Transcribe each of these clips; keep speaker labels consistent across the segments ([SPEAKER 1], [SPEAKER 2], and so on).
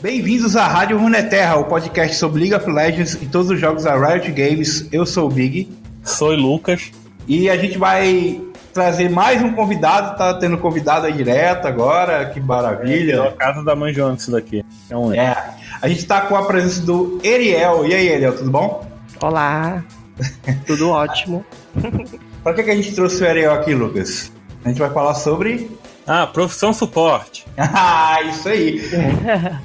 [SPEAKER 1] Bem-vindos à Rádio Runeterra, o podcast sobre League of Legends e todos os jogos da Riot Games. Eu sou o Big.
[SPEAKER 2] Sou o Lucas.
[SPEAKER 1] E a gente vai trazer mais um convidado, tá tendo convidado aí direto agora, que maravilha.
[SPEAKER 2] É a casa da mãe Joana isso daqui.
[SPEAKER 1] É, um é. A gente tá com a presença do Eriel. E aí, Eriel, tudo bom?
[SPEAKER 3] Olá. Tudo ótimo.
[SPEAKER 1] Pra que, que a gente trouxe o Ariel aqui, Lucas? A gente vai falar sobre.
[SPEAKER 2] Ah, profissão suporte.
[SPEAKER 1] ah, isso aí.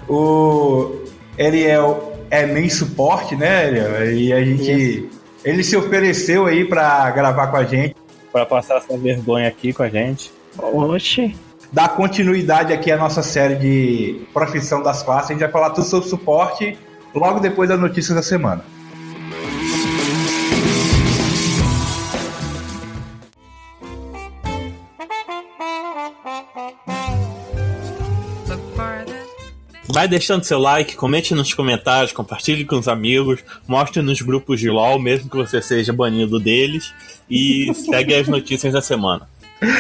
[SPEAKER 1] o Ariel é meio suporte, né, Ariel? E a gente. Isso. Ele se ofereceu aí pra gravar com a gente.
[SPEAKER 2] Pra passar essa vergonha aqui com a gente.
[SPEAKER 3] Oxe.
[SPEAKER 1] Dar continuidade aqui à nossa série de profissão das classes. A gente vai falar tudo sobre suporte logo depois das notícias da semana.
[SPEAKER 2] Vai deixando seu like, comente nos comentários, compartilhe com os amigos, mostre nos grupos de LOL, mesmo que você seja banido deles, e segue as notícias da semana.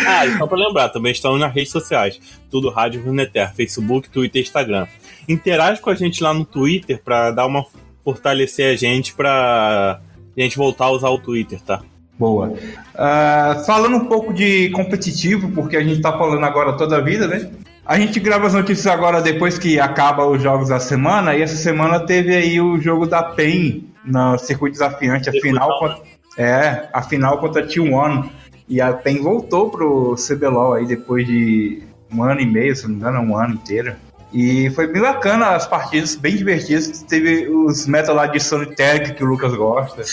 [SPEAKER 2] Ah, e só pra lembrar, também estamos nas redes sociais, tudo Rádio Runeterra, Facebook, Twitter Instagram. Interage com a gente lá no Twitter pra dar uma fortalecer a gente pra a gente voltar a usar o Twitter, tá?
[SPEAKER 1] Boa. Uh, falando um pouco de competitivo, porque a gente tá falando agora toda a vida, né? A gente grava as notícias agora depois que acaba os jogos da semana, e essa semana teve aí o jogo da PEN no circuito desafiante, a circuito final contra, é, a final contra a T1. E a PEN voltou pro CBLOL aí depois de um ano e meio, se não me engano, um ano inteiro. E foi bem bacana as partidas, bem divertidas. Teve os metas lá de Sonic Tag que o Lucas gosta.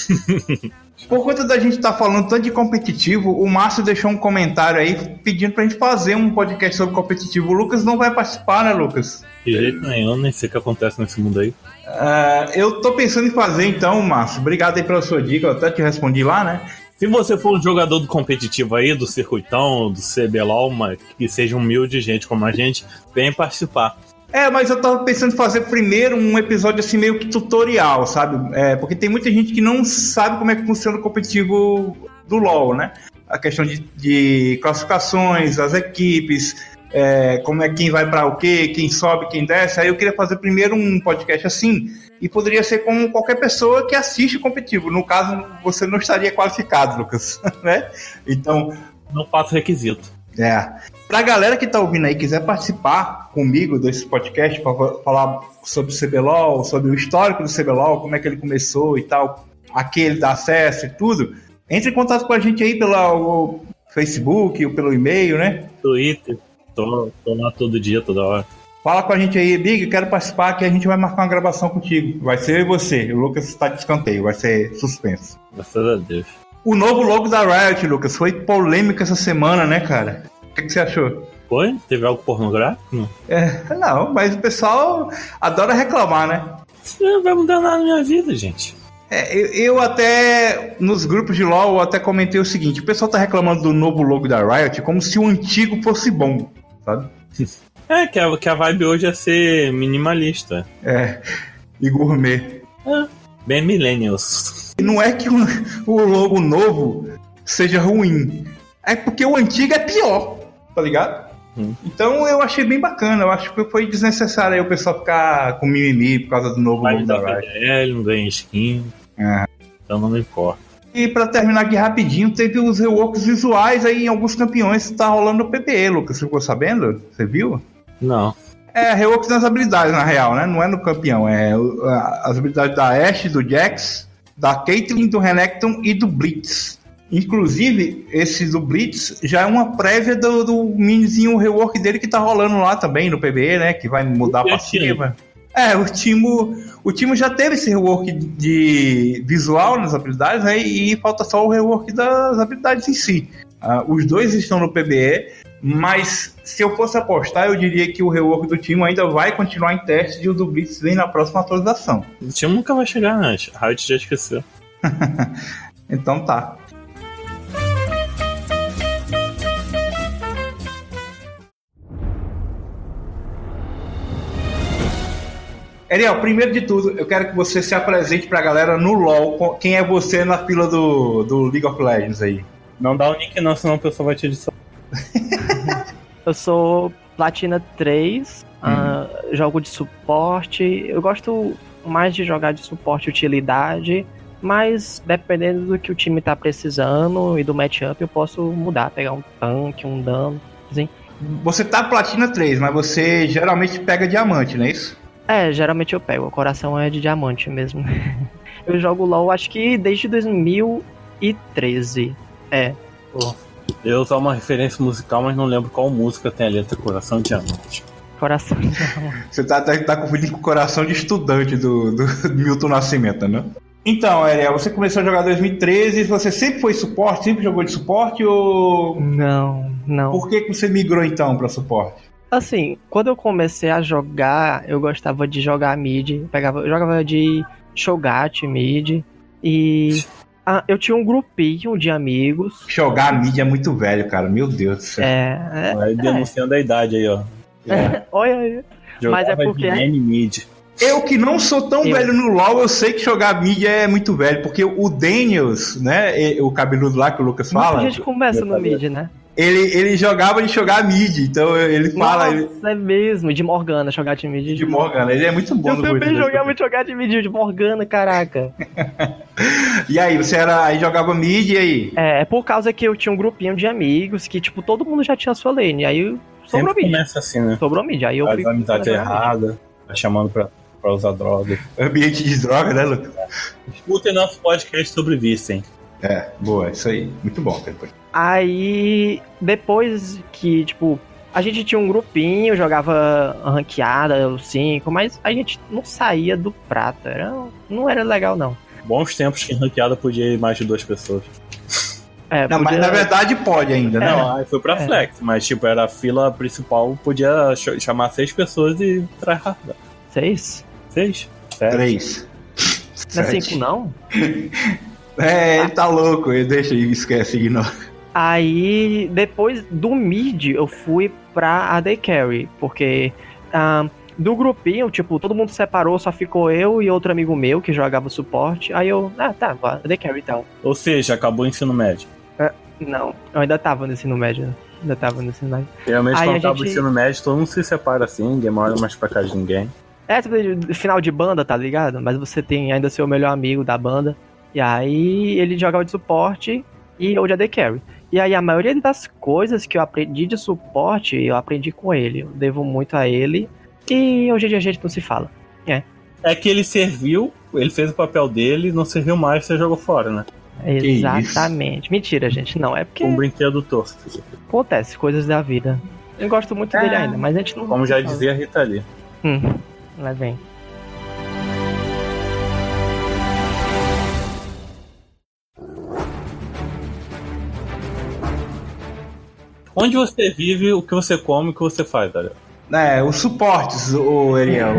[SPEAKER 1] Por conta da gente estar tá falando tanto de competitivo, o Márcio deixou um comentário aí pedindo pra gente fazer um podcast sobre competitivo. O Lucas não vai participar, né, Lucas?
[SPEAKER 2] De jeito nenhum, nem sei o que acontece nesse mundo aí.
[SPEAKER 1] Uh, eu tô pensando em fazer então, Márcio. Obrigado aí pela sua dica, eu até te respondi lá, né?
[SPEAKER 2] Se você for um jogador do competitivo aí, do circuitão, do CBLOL, mas que seja humilde gente como a gente, vem participar.
[SPEAKER 1] É, mas eu tava pensando em fazer primeiro um episódio assim meio que tutorial, sabe? É, porque tem muita gente que não sabe como é que funciona o competitivo do LoL, né? A questão de, de classificações, as equipes, é, como é quem vai para o quê, quem sobe, quem desce. Aí eu queria fazer primeiro um podcast assim e poderia ser com qualquer pessoa que assiste o competitivo. No caso, você não estaria qualificado, Lucas, né? Então.
[SPEAKER 2] Não passa requisito.
[SPEAKER 1] É. Pra galera que tá ouvindo aí, quiser participar comigo desse podcast, pra falar sobre o CBLOL, sobre o histórico do CBLOL, como é que ele começou e tal, aquele da acesso e tudo, entre em contato com a gente aí pelo Facebook, ou pelo e-mail, né?
[SPEAKER 2] Twitter, tô, tô lá todo dia, toda hora.
[SPEAKER 1] Fala com a gente aí, Big, quero participar que a gente vai marcar uma gravação contigo. Vai ser eu e você. O Lucas está de escanteio, vai ser suspenso.
[SPEAKER 2] Graças a Deus.
[SPEAKER 1] O novo logo da Riot, Lucas, foi polêmica essa semana, né, cara? O que, que, você achou?
[SPEAKER 2] Foi? Teve algo pornográfico?
[SPEAKER 1] É, não, mas o pessoal adora reclamar, né?
[SPEAKER 2] Isso não vai mudar nada na minha vida, gente.
[SPEAKER 1] É, eu, eu, até, nos grupos de LoL, até comentei o seguinte, o pessoal tá reclamando do novo logo da Riot como se o antigo fosse bom, sabe?
[SPEAKER 2] É, que a, que a vibe hoje é ser minimalista.
[SPEAKER 1] É, e gourmet.
[SPEAKER 2] É, bem millennials.
[SPEAKER 1] Não é que o, o logo novo seja ruim, é porque o antigo é pior, tá ligado? Hum. Então eu achei bem bacana, eu acho que foi desnecessário aí o pessoal ficar com mimimi por causa do novo
[SPEAKER 2] Vai
[SPEAKER 1] logo
[SPEAKER 2] da PDL, não ganha skin, é. então não me importa.
[SPEAKER 1] E para terminar aqui rapidinho, teve os reworks visuais aí em alguns campeões que tá rolando no PPE, Lucas, você ficou sabendo? Você viu?
[SPEAKER 2] Não.
[SPEAKER 1] É, reworks nas habilidades, na real, né? Não é no campeão, é as habilidades da Ashe, do Jax, da Caitlyn, do Renekton e do Blitz. Inclusive, esse do Blitz já é uma prévia do, do minizinho rework dele que tá rolando lá também no PBE, né? Que vai mudar a passiva. É, o Timo, o Timo já teve esse rework de visual nas habilidades, né? E falta só o rework das habilidades em si. Uh, os dois estão no PBE, mas se eu fosse apostar, eu diria que o rework do time ainda vai continuar em teste e o do Blitz vem na próxima atualização.
[SPEAKER 2] O time nunca vai chegar antes, a Riot já esqueceu.
[SPEAKER 1] então tá. Ariel, primeiro de tudo, eu quero que você se apresente pra galera no LoL. Quem é você na fila do, do League of Legends aí?
[SPEAKER 2] Não dá o link não, senão o pessoal vai te adicionar.
[SPEAKER 3] eu sou Platina 3, hum. uh, jogo de suporte. Eu gosto mais de jogar de suporte e utilidade, mas dependendo do que o time tá precisando e do matchup, eu posso mudar, pegar um tanque, um dano.
[SPEAKER 1] Você tá platina 3, mas você geralmente pega diamante, não é isso?
[SPEAKER 3] É, geralmente eu pego, o coração é de diamante mesmo. eu jogo LoL acho que desde 2013. É,
[SPEAKER 4] Eu usar uma referência musical, mas não lembro qual música tem a letra Coração de Diamante.
[SPEAKER 3] coração de diamante.
[SPEAKER 1] Você tá, tá, tá confundindo com o coração de estudante do, do Milton Nascimento, né? Então, Ariel, você começou a jogar em 2013, você sempre foi suporte, sempre jogou de suporte ou.
[SPEAKER 3] Não, não.
[SPEAKER 1] Por que, que você migrou então pra suporte?
[SPEAKER 3] Assim, quando eu comecei a jogar, eu gostava de jogar mid, pegava, eu jogava de Shogat mid e ah, eu tinha um grupinho de amigos.
[SPEAKER 1] Jogar a mídia é muito velho, cara. Meu Deus do céu. É.
[SPEAKER 3] É, é,
[SPEAKER 4] Aí denunciando a idade aí, ó.
[SPEAKER 3] olha aí. Mas é
[SPEAKER 4] Jogava
[SPEAKER 3] porque-
[SPEAKER 4] de N-Mid.
[SPEAKER 1] Eu que não sou tão
[SPEAKER 3] Eu.
[SPEAKER 1] velho no LoL, eu sei que jogar mídia é muito velho, porque o Daniels, né, e- o cabeludo lá que o Lucas fala,
[SPEAKER 3] Muita gente começa no mid, né?
[SPEAKER 1] ele, ele jogava de jogar mid, então ele fala ele-
[SPEAKER 3] Nossa, é mesmo, de Morgana, Shogat mid.
[SPEAKER 1] de Morgana, ele é muito bom
[SPEAKER 3] Eu
[SPEAKER 1] no
[SPEAKER 3] também
[SPEAKER 4] né?
[SPEAKER 1] Bruce
[SPEAKER 3] jogava
[SPEAKER 1] Lee.
[SPEAKER 3] de Shogat mid de Morgana, caraca.
[SPEAKER 1] E aí, você era, aí jogava mid e aí?
[SPEAKER 3] É, é por causa que eu tinha um grupinho de amigos que, tipo, todo mundo já tinha sua lane. Aí sobrou
[SPEAKER 4] Sempre
[SPEAKER 3] mid.
[SPEAKER 4] começa assim, né?
[SPEAKER 3] Sobrou mid. Aí eu
[SPEAKER 4] Faz
[SPEAKER 3] assim. fui.
[SPEAKER 4] amizade errada, tá chamando pra, pra usar droga.
[SPEAKER 1] Ambiente de droga, né, Lucas?
[SPEAKER 4] Escutem nosso podcast sobre Vicen.
[SPEAKER 1] É, boa, isso aí. Muito bom depois.
[SPEAKER 3] Aí, depois que, tipo, a gente tinha um grupinho, jogava ranqueada, o 5, mas a gente não saía do prata. Era, não era legal, não.
[SPEAKER 4] Bons tempos que em ranqueada podia ir mais de duas pessoas.
[SPEAKER 3] É,
[SPEAKER 1] Não, mas
[SPEAKER 3] podia-
[SPEAKER 1] na verdade pode ainda, né?
[SPEAKER 4] Não, aí foi pra
[SPEAKER 3] É.
[SPEAKER 4] Flex, mas tipo, era a fila principal, podia ch- chamar seis pessoas e entrar rápido.
[SPEAKER 3] Seis?
[SPEAKER 4] Seis? Sete?
[SPEAKER 1] Três.
[SPEAKER 3] Não é
[SPEAKER 1] Sete.
[SPEAKER 3] cinco, não?
[SPEAKER 1] É, ele tá louco, ele deixa aí, esquece, ignora.
[SPEAKER 3] Aí, depois do mid, eu fui pra AD Carry, porque ah, do grupinho, tipo, todo mundo separou, só ficou eu e outro amigo meu que jogava suporte. Aí eu, ah, tá, vá, AD Carry então.
[SPEAKER 4] Ou seja, acabou o ensino médio.
[SPEAKER 3] Não, eu ainda tava no ensino médio, né? ainda tava no ensino médio.
[SPEAKER 4] Geralmente
[SPEAKER 3] Aí
[SPEAKER 4] quando
[SPEAKER 3] a
[SPEAKER 4] acaba o
[SPEAKER 3] gente-
[SPEAKER 4] ensino médio, todo mundo se separa assim, ninguém mora mais pra casa de ninguém.
[SPEAKER 3] É, tipo, final de banda, tá ligado? Mas você tem ainda seu melhor amigo da banda. E aí ele jogava de suporte e eu de AD Carry. E aí a maioria das coisas que eu aprendi de suporte, eu aprendi com ele. Eu devo muito a ele. E hoje em dia a gente não se fala.
[SPEAKER 4] É que ele serviu, ele fez o papel dele, não serviu mais, você jogou fora, né?
[SPEAKER 1] isso.
[SPEAKER 3] Exatamente. Mentira, gente. Não, é porque
[SPEAKER 4] Um brinquedo torto.
[SPEAKER 3] acontece coisas da vida. Eu gosto muito dele ainda, mas a gente não.
[SPEAKER 4] É. Como já
[SPEAKER 3] se fala.
[SPEAKER 4] dizia a Rita Lee.
[SPEAKER 3] Hum, lá vem.
[SPEAKER 4] Onde você vive, o que você come, o que você faz, galera?
[SPEAKER 1] É, os suportes, o Ariel.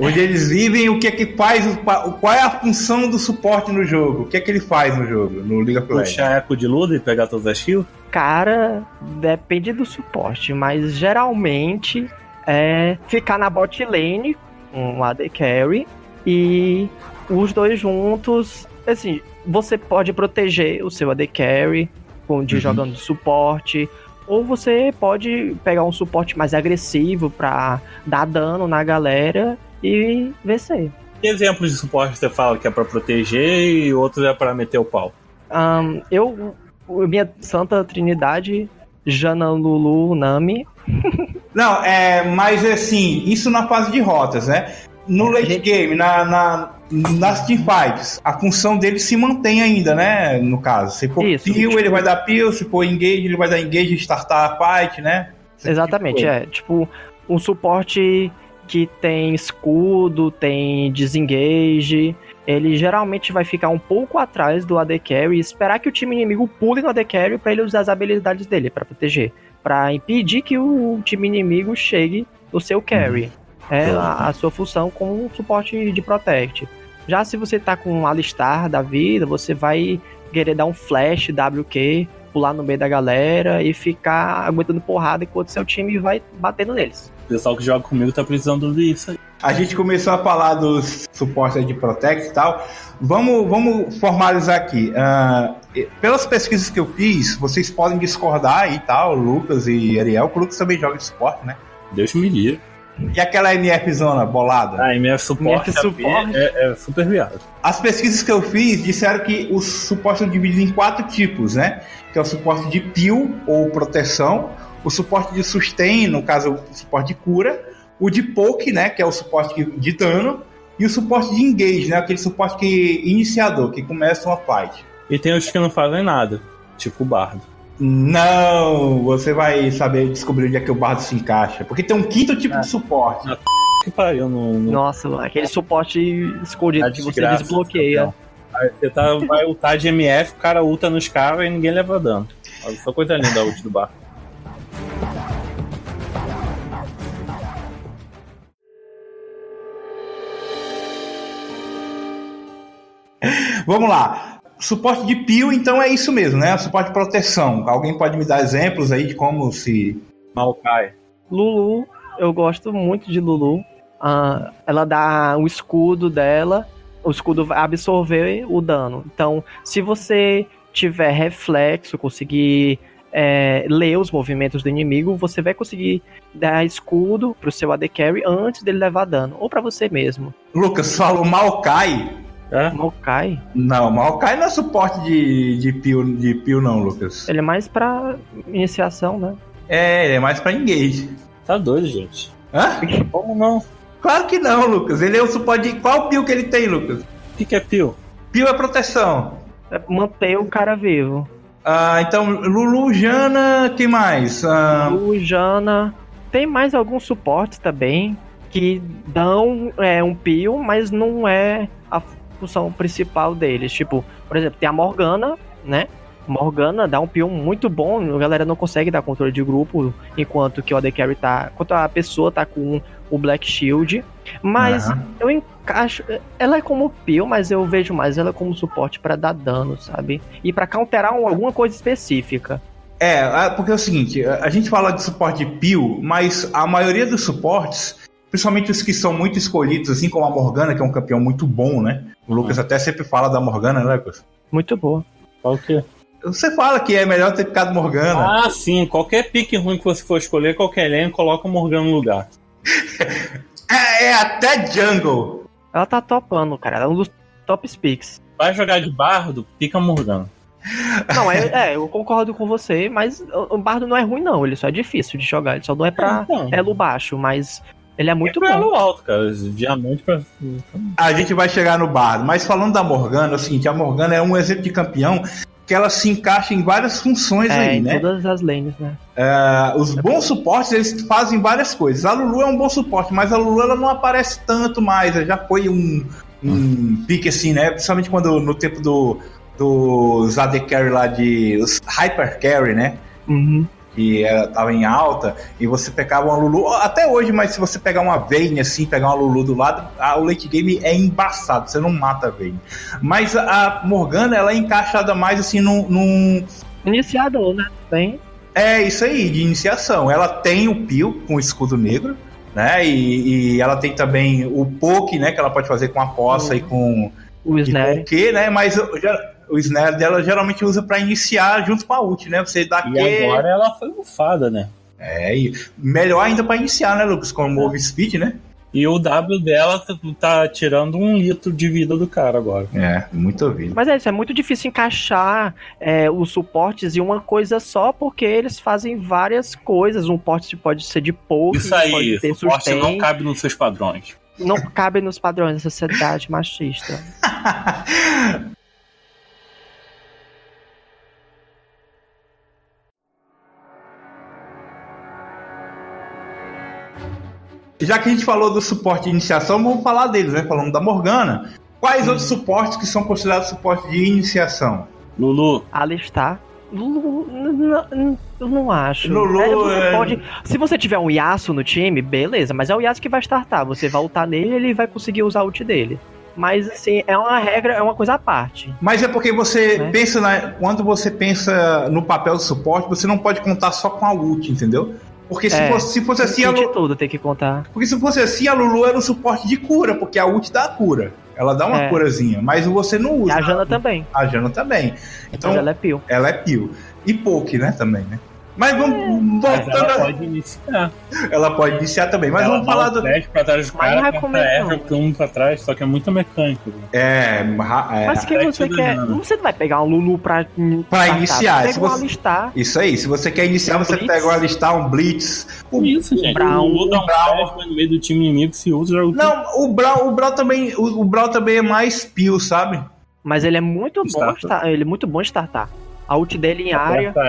[SPEAKER 1] Onde eles vivem, o que é que faz, o pa- qual é a função do suporte no jogo? O que é que ele faz no jogo, no League of Legends?
[SPEAKER 4] Puxar eco de luda e pegar todas as kills?
[SPEAKER 3] Cara, depende do suporte, mas geralmente é ficar na bot lane, um AD carry, e os dois juntos, assim, você pode proteger o seu AD carry com- de
[SPEAKER 1] Uhum.
[SPEAKER 3] jogando de suporte, ou você pode pegar um suporte mais agressivo pra dar dano na galera e vencer.
[SPEAKER 4] Que exemplos de suporte você fala que é pra proteger e outros é pra meter o pau?
[SPEAKER 3] Ahn, eu, minha Santa Trindade, Jana, Lulu, Nami,
[SPEAKER 1] Não, é, mas assim, isso na fase de rotas, né?
[SPEAKER 3] É,
[SPEAKER 1] No late game, na, na, nas teamfights, a função dele se mantém ainda, né? No caso, se for
[SPEAKER 3] Isso,
[SPEAKER 1] peel,
[SPEAKER 3] tipo-
[SPEAKER 1] ele vai dar peel, se for engage, ele vai dar engage e startar a fight, né? Esse
[SPEAKER 3] Exatamente,
[SPEAKER 1] tipo de coisa.
[SPEAKER 3] é. Tipo, um suporte que tem escudo, tem desengage. Ele geralmente vai ficar um pouco atrás do AD Carry e esperar que o time inimigo pule no AD Carry pra ele usar as habilidades dele pra proteger. Pra impedir que o time inimigo chegue no seu carry. É a, a sua função como um suporte de protect. Já se você tá com um Alistar da vida, você vai querer dar um flash WQ pular no meio da galera e ficar aguentando porrada enquanto seu time vai batendo neles.
[SPEAKER 4] O pessoal que joga comigo tá precisando disso. aí.
[SPEAKER 1] A gente começou a falar dos suportes de Protect e tal. Vamos, vamos formalizar aqui. Ah, e- pelas pesquisas que eu fiz, vocês podem discordar e tal, Lucas e Ariel, que o Lucas também joga de suporte, né?
[SPEAKER 4] Deus me livre.
[SPEAKER 1] E aquela MF zona bolada?
[SPEAKER 2] A MF suporte,
[SPEAKER 3] MF suporte.
[SPEAKER 2] É, é super viável.
[SPEAKER 1] As pesquisas que eu fiz disseram que os suportes são divididos em quatro tipos, né? Que é o suporte de peel ou proteção, o suporte de sustain, no caso, o suporte de cura, o de poke, né? Que é o suporte que- de dano, e o suporte de engage, né? Aquele suporte que iniciador, que começa uma fight.
[SPEAKER 2] E tem os que não fazem nada, tipo o bardo.
[SPEAKER 1] Não, você vai saber descobrir onde é que o bardo se encaixa. Porque tem um quinto tipo de suporte.
[SPEAKER 2] Que pariu, não. não...
[SPEAKER 3] Nossa, aquele suporte escondido
[SPEAKER 2] Hum. Tá
[SPEAKER 3] que você
[SPEAKER 2] desgraça,
[SPEAKER 3] desbloqueia.
[SPEAKER 2] Aí Você tá, vai ultar de MF, o cara ulta nos caras e ninguém leva dano. Olha só coisa linda a ult do bardo.
[SPEAKER 1] Vamos lá. Suporte de peel, então é isso mesmo, né? Suporte de proteção. Alguém pode me dar exemplos aí de como se.
[SPEAKER 2] Maokai.
[SPEAKER 3] Lulu, eu gosto muito de Lulu. Ah, ela dá o escudo dela, o escudo vai absorver o dano. Então, se você tiver reflexo, conseguir eh, ler os movimentos do inimigo, você vai conseguir dar escudo pro seu AD Carry antes dele levar dano, ou pra você mesmo.
[SPEAKER 1] Lucas falou Maokai?
[SPEAKER 2] É?
[SPEAKER 3] Maokai,
[SPEAKER 1] Não, Maokai não é suporte de, de, peel, de peel, não, Lucas.
[SPEAKER 3] ele é mais pra iniciação, né?
[SPEAKER 1] É, ele é mais pra engage.
[SPEAKER 2] Tá doido, gente.
[SPEAKER 1] Hã?
[SPEAKER 2] Como não? O
[SPEAKER 1] Claro que não, Lucas. Ele é o suporte de. Qual peel que ele tem, Lucas?
[SPEAKER 2] que, que é pio?
[SPEAKER 1] Peel é proteção.
[SPEAKER 3] É manter o cara vivo.
[SPEAKER 1] Ah, então, Lulu, Jana, quem mais? Ah,
[SPEAKER 3] O Jana. Tem mais alguns suportes também que dão é, um pio, mas não é a função principal deles. Tipo, por exemplo, tem a Morgana, né? Morgana dá um pio muito bom, a galera não consegue dar controle de grupo, enquanto que o AD Carry tá. Enquanto a pessoa tá com o Black Shield. Mas
[SPEAKER 1] Aham.
[SPEAKER 3] eu encaixo. Ela é como pio, mas eu vejo mais ela como suporte pra dar dano, sabe? E pra counterar um, alguma coisa específica.
[SPEAKER 1] É, ah, porque é o seguinte, a a gente fala de suporte de peel, mas a maioria dos suportes, principalmente os que são muito escolhidos, assim como a Morgana, que é um campeão muito bom, né? O Lucas até sempre fala da Morgana, né, Lucas?
[SPEAKER 3] Muito boa.
[SPEAKER 2] Qual que é?
[SPEAKER 1] Você fala que é melhor ter ficado Morgana.
[SPEAKER 2] Ah, sim. Qualquer pique ruim que você for escolher, qualquer lane, coloca o Morgan no lugar.
[SPEAKER 1] É, é até jungle.
[SPEAKER 3] Ela tá topando, cara. Ela é um dos top picks.
[SPEAKER 2] Vai jogar de bardo, pica Morgan.
[SPEAKER 3] Não, é, é, eu concordo com você, mas o o Bardo não é ruim, não. Ele só é difícil de jogar. Ele só não é pra
[SPEAKER 2] Então,
[SPEAKER 3] elo baixo, mas ele é muito
[SPEAKER 2] pra
[SPEAKER 3] bom.
[SPEAKER 2] elo alto, cara. Diamante pra.
[SPEAKER 1] A gente vai chegar no bardo. Mas falando da Morgana, é o seguinte, a Morgana é um exemplo de campeão que ela se encaixa em várias funções
[SPEAKER 3] É,
[SPEAKER 1] aí,
[SPEAKER 3] em
[SPEAKER 1] né?
[SPEAKER 3] todas as lanes, né?
[SPEAKER 1] Ah, os bons suportes, eles fazem várias coisas. A Lulu é um bom suporte, mas a Lulu ela não aparece tanto mais. Ela já foi um, um pique assim, né? Principalmente quando no tempo do dos AD Carry lá de os Hyper Carry, né?
[SPEAKER 2] Uhum.
[SPEAKER 1] Que era, eh, tava em alta, e você pegava uma Lulu, até hoje, mas se você pegar uma Vayne assim, pegar uma Lulu do lado, a- o late game é embaçado, você não mata a Vayne. Mas a Morgana, ela é encaixada mais assim num- num
[SPEAKER 3] Iniciador, né? Bem,
[SPEAKER 1] é isso aí, de iniciação. Ela tem o Pio com o escudo negro, né? E, e ela tem também o Poke, né? Que ela pode fazer com a poça
[SPEAKER 2] Uhum.
[SPEAKER 1] e com
[SPEAKER 3] o
[SPEAKER 1] e com
[SPEAKER 3] Snare.
[SPEAKER 1] o que, né? Mas o, já- o snare dela geralmente usa pra iniciar junto com a ult, né? Você dá
[SPEAKER 2] E
[SPEAKER 1] que.
[SPEAKER 2] agora ela foi bufada, né?
[SPEAKER 1] É, e melhor ainda pra iniciar, né, Lucas? Com o Move Speed, né?
[SPEAKER 2] E o W dela tá- tá tirando um litro de vida do cara agora.
[SPEAKER 1] É, muito ouvido.
[SPEAKER 3] Mas é isso, é muito difícil encaixar é, os suportes em uma coisa só, porque eles fazem várias coisas. Um porte pode ser de pouco,
[SPEAKER 2] Isso aí,
[SPEAKER 3] pode ter
[SPEAKER 2] suporte
[SPEAKER 3] sustain.
[SPEAKER 2] não cabe nos seus padrões.
[SPEAKER 3] não cabe nos padrões da sociedade machista.
[SPEAKER 1] Já que a gente falou do suporte de iniciação, vamos falar deles, né? Falando da Morgana. Quais outros suportes que são considerados suporte de iniciação?
[SPEAKER 2] Lulu,
[SPEAKER 3] alistar. Lulu, n- n- n- eu não acho.
[SPEAKER 1] Lulu,
[SPEAKER 3] É, você
[SPEAKER 1] é-
[SPEAKER 3] pode- se você tiver um Yasuo no time, beleza, mas é o Yasuo que vai startar. Você vai ultar nele e ele vai conseguir usar o ult dele. Mas assim, é uma regra, é uma coisa à parte.
[SPEAKER 1] Mas é porque você
[SPEAKER 3] Né?
[SPEAKER 1] pensa na, quando você pensa no papel do suporte, você não pode contar só com a ult, entendeu? Porque se,
[SPEAKER 3] É.
[SPEAKER 1] fosse, se fosse assim, a
[SPEAKER 3] de
[SPEAKER 1] Lu-
[SPEAKER 3] tudo tem que contar.
[SPEAKER 1] porque se fosse assim, a Lulu era um suporte de cura, porque a ult dá a cura. Ela dá uma
[SPEAKER 3] É.
[SPEAKER 1] curazinha, mas você não
[SPEAKER 3] E
[SPEAKER 1] usa.
[SPEAKER 3] a Jana também.
[SPEAKER 1] A Jana também. Então, ela
[SPEAKER 3] Mas ela é pio.
[SPEAKER 1] é, ela pio. E poke, né, também, né? Mas vamos
[SPEAKER 2] Mas
[SPEAKER 1] voltando.
[SPEAKER 2] ela
[SPEAKER 1] a-
[SPEAKER 2] pode iniciar.
[SPEAKER 1] Ela pode iniciar também, mas
[SPEAKER 2] ela
[SPEAKER 1] vamos falar do.
[SPEAKER 2] do 10 pra trás do
[SPEAKER 3] Mas não
[SPEAKER 2] cara,
[SPEAKER 3] recomendo,
[SPEAKER 2] contra
[SPEAKER 3] não.
[SPEAKER 2] Everton, um pra trás, só que é muito mecânico.
[SPEAKER 1] É, ra- é,
[SPEAKER 3] Mas quem
[SPEAKER 2] é
[SPEAKER 3] você
[SPEAKER 2] tudo
[SPEAKER 3] quer.
[SPEAKER 2] nada.
[SPEAKER 3] Não você não vai pegar um Lulu pra.
[SPEAKER 1] Pra iniciar,
[SPEAKER 3] Pega
[SPEAKER 1] se
[SPEAKER 3] um
[SPEAKER 1] você-
[SPEAKER 3] alistar.
[SPEAKER 1] Isso aí, se você quer iniciar, você
[SPEAKER 3] Blitz.
[SPEAKER 1] pega o alistar, um Blitz. O-
[SPEAKER 2] Isso, gente.
[SPEAKER 3] Brown,
[SPEAKER 2] o Lula dá um
[SPEAKER 1] Brown.
[SPEAKER 2] flash, mas no meio do time inimigo, se usa, já
[SPEAKER 1] Não, o Brawl, o Brawl também. O, o Brawl também é mais pio, sabe?
[SPEAKER 3] Mas ele é muito bom.
[SPEAKER 2] Startar.
[SPEAKER 3] Sta... Ele é muito bom startar. A ult dele
[SPEAKER 1] Tá
[SPEAKER 3] em área.
[SPEAKER 2] aperta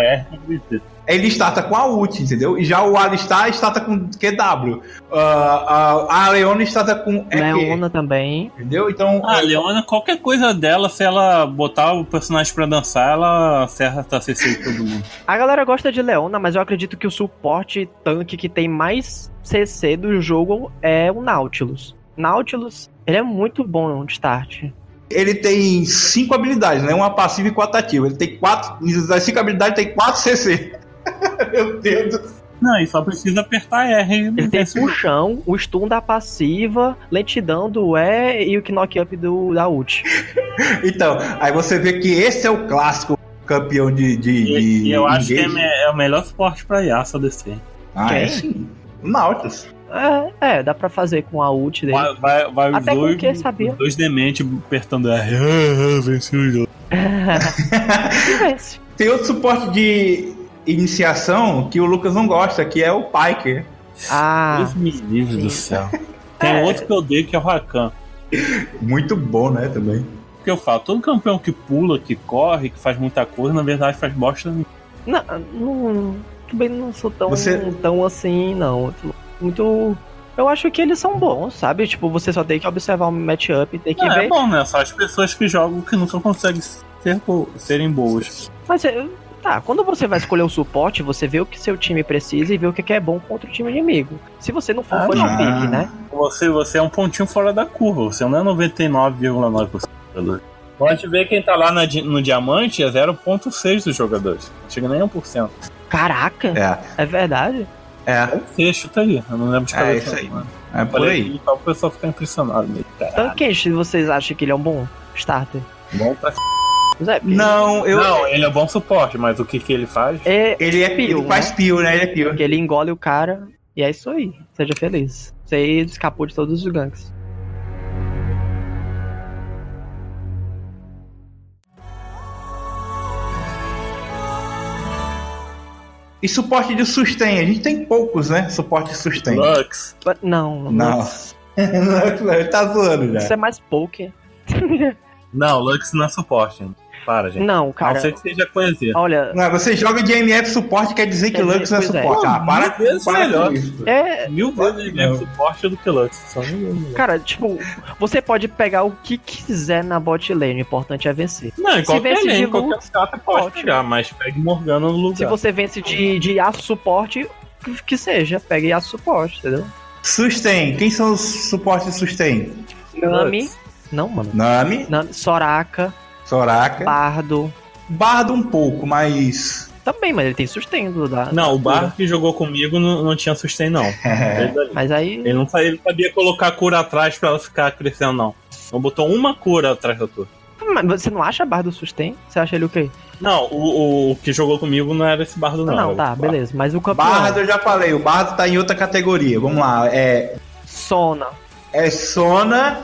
[SPEAKER 2] R.
[SPEAKER 1] Ele starta com a ult, entendeu? E já o Alistar starta com QW. Ah, a- a Leona starta com EQ,
[SPEAKER 3] Leona né, também.
[SPEAKER 1] entendeu? Então,
[SPEAKER 2] Ah, Leona, qualquer coisa dela, se ela botar o personagem pra dançar, ela acerta a CC de todo mundo.
[SPEAKER 3] A galera gosta de Leona, mas eu acredito que o suporte tanque que tem mais CC do jogo é o Nautilus. Nautilus, ele é muito bom de start.
[SPEAKER 1] ele tem cinco habilidades, né? Uma passiva e quatro ativas. Ele tem quatro. Das cinco habilidades, tem quatro CC. Meu Deus do
[SPEAKER 2] Não, e só precisa apertar R.
[SPEAKER 3] Ele tem
[SPEAKER 2] Esse-
[SPEAKER 3] puxão, o stun da passiva, lentidão do E e o knock up do, da ult.
[SPEAKER 1] Então, aí você vê que esse é o clássico campeão de. de,
[SPEAKER 2] E,
[SPEAKER 1] de
[SPEAKER 2] e eu acho que é,
[SPEAKER 1] engage.
[SPEAKER 2] me- é o melhor suporte pra Yasa descer.
[SPEAKER 1] Ah, é
[SPEAKER 3] Quem?
[SPEAKER 1] sim. O Nautilus.
[SPEAKER 3] É, é, dá pra fazer com a ult dele.
[SPEAKER 2] Vai, vai, vai os
[SPEAKER 3] Até
[SPEAKER 2] dois,
[SPEAKER 3] porque, sabia?
[SPEAKER 2] os dois dementes apertando R. Ah, ah, Venci o jogo.
[SPEAKER 3] E vence.
[SPEAKER 1] Tem outro suporte de iniciação que o Lucas não gosta, que é o Pike.
[SPEAKER 3] Ah,
[SPEAKER 2] Deus me livre do
[SPEAKER 3] sim.
[SPEAKER 2] céu. Tem
[SPEAKER 3] É.
[SPEAKER 2] outro que eu odeio que é o Rakan.
[SPEAKER 1] Muito bom, né, também.
[SPEAKER 2] Porque eu falo, todo campeão que pula, que corre, que faz muita coisa, na verdade faz bosta nenhuma.
[SPEAKER 3] não, não, também não sou tão,
[SPEAKER 1] Você-
[SPEAKER 3] tão assim, não. Muito. Eu acho que eles são bons, sabe? Tipo, você só tem que observar o matchup e tem que
[SPEAKER 2] Ah,
[SPEAKER 3] ver.
[SPEAKER 2] é bom, né? Só as pessoas que jogam que nunca conseguem ser bo- serem boas.
[SPEAKER 3] Mas é, tá, quando você vai escolher o suporte, você vê o que seu time precisa e vê o que que é bom contra o time inimigo. Se você não for
[SPEAKER 2] Ah,
[SPEAKER 3] fã de
[SPEAKER 1] não.
[SPEAKER 3] pick, né?
[SPEAKER 2] Você, você é um pontinho fora da curva, você não é 99,9% jogador. Pode ver quem tá lá na di- no diamante é 0,6 dos jogadores. Não chega nem a 1%.
[SPEAKER 3] Caraca,
[SPEAKER 1] É,
[SPEAKER 3] é verdade?
[SPEAKER 1] é,
[SPEAKER 2] Sexto tá aí, eu não lembro de
[SPEAKER 1] É,
[SPEAKER 2] cabeça.
[SPEAKER 1] isso aí.
[SPEAKER 2] Mano.
[SPEAKER 1] é por aí.
[SPEAKER 2] Só o pessoal fica impressionado mesmo. Cara,
[SPEAKER 3] Tankenshi, Então, vocês acham que ele é um bom starter?
[SPEAKER 2] bom pra...
[SPEAKER 3] Zé, porque
[SPEAKER 1] Não, eu.
[SPEAKER 2] Não, ele é bom suporte, mas o que, que ele faz?
[SPEAKER 3] É,
[SPEAKER 1] Ele é
[SPEAKER 3] Pio,
[SPEAKER 1] pio, ele faz pio, né? Ele é pio.
[SPEAKER 3] porque ele engole o cara e é isso aí. Seja feliz. Você escapou de todos os ganks.
[SPEAKER 1] E suporte de sustain. A gente tem poucos, né? Suporte de sustain.
[SPEAKER 2] Lux.
[SPEAKER 3] But- não,
[SPEAKER 1] Não.
[SPEAKER 3] Lux.
[SPEAKER 1] ele tá zoando já.
[SPEAKER 3] Isso é mais poker.
[SPEAKER 2] Não, Lux não é suporte. gente. Para, gente.
[SPEAKER 3] Não,
[SPEAKER 2] A não
[SPEAKER 3] cara.
[SPEAKER 2] ser que seja poesia.
[SPEAKER 3] Olha,
[SPEAKER 1] Não, você joga de MF suporte, quer dizer que
[SPEAKER 3] é- Quer dizer,
[SPEAKER 1] Lux não é
[SPEAKER 3] pois é.
[SPEAKER 1] suporte. Ah, para,
[SPEAKER 2] Meu Deus,
[SPEAKER 1] para
[SPEAKER 2] melhor.
[SPEAKER 1] com isso.
[SPEAKER 3] é.
[SPEAKER 2] Mil vezes ele é suporte do que Lux. Só mil-
[SPEAKER 3] Cara, tipo, você pode pegar o que quiser na bot lane, o importante é vencer.
[SPEAKER 2] Não, em
[SPEAKER 3] Se vê
[SPEAKER 2] qualquer
[SPEAKER 3] esse
[SPEAKER 2] lane,
[SPEAKER 3] divo,
[SPEAKER 2] qualquer escata pode
[SPEAKER 3] ótimo.
[SPEAKER 2] pegar, mas pegue Morgana no lugar.
[SPEAKER 3] Se você vence de, de aço suporte, que- que seja, pega aço suporte, entendeu?
[SPEAKER 1] Sustain. Quem são os suportes de sustain?
[SPEAKER 3] Nami. Não, mano.
[SPEAKER 1] Nami,
[SPEAKER 3] Nami, Soraka,
[SPEAKER 1] Soraka.
[SPEAKER 3] Bardo.
[SPEAKER 1] Bardo um pouco, mas.
[SPEAKER 3] Também, mas ele tem sustento da.
[SPEAKER 2] Não, o Bar que jogou comigo não, não tinha sustain, não.
[SPEAKER 1] É.
[SPEAKER 2] Ele,
[SPEAKER 3] Mas aí.
[SPEAKER 2] ele não sabia, ele sabia colocar a cura atrás pra ela ficar crescendo, não. Não botou uma cura atrás da tua.
[SPEAKER 3] Mas você não acha Bardo sustain? Você acha ele o quê?
[SPEAKER 2] Não, o, o que jogou comigo não era esse bardo, não.
[SPEAKER 3] Não,
[SPEAKER 2] era
[SPEAKER 3] tá,
[SPEAKER 2] esse bardo.
[SPEAKER 3] beleza. Mas o campeão.
[SPEAKER 1] Bardo eu já falei, o Bardo tá em outra categoria. Vamos lá. É,
[SPEAKER 3] Sona.
[SPEAKER 1] é Sona,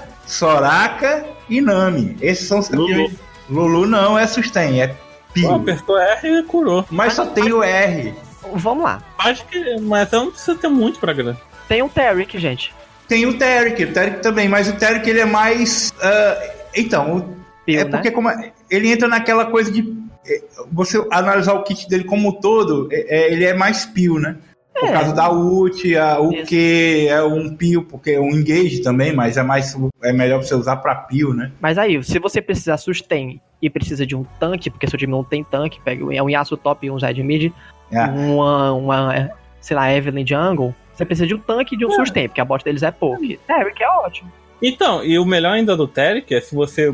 [SPEAKER 1] Soraka e Nami. Esses são os
[SPEAKER 2] Lulu.
[SPEAKER 1] campeões. Lulu não é sustain, é
[SPEAKER 2] Pô,
[SPEAKER 1] pio.
[SPEAKER 2] apertou R e curou.
[SPEAKER 1] Mas só tem o R.
[SPEAKER 3] Vamos lá.
[SPEAKER 2] Acho que. Mas ela não precisa ter muito pra ganhar.
[SPEAKER 3] Tem um Terrik, gente.
[SPEAKER 1] Tem o Terek, o Terek também, mas o Terek ele é mais. ah, então, o
[SPEAKER 3] Pio, né?
[SPEAKER 1] é porque como é- ele entra naquela coisa de é, você analisar o kit dele como um todo, é- é, ele é mais pio, né? Por
[SPEAKER 3] É.
[SPEAKER 1] causa da ult, a- o
[SPEAKER 3] Isso.
[SPEAKER 1] que é um pio, porque é um engage também, mas é mais é melhor você usar pra pio, né?
[SPEAKER 3] né? Mas aí, se você precisar sustain e precisa de um tanque, porque seu time não tem tanque, pega um Yasuo top e um Zed mid,
[SPEAKER 1] É.
[SPEAKER 3] uma, uma, é, sei lá, Evelyn jungle, você precisa de um tanque e de um sustain, porque a bot deles é poke. Terrik é ótimo.
[SPEAKER 2] Então, e o melhor ainda do Terek é se você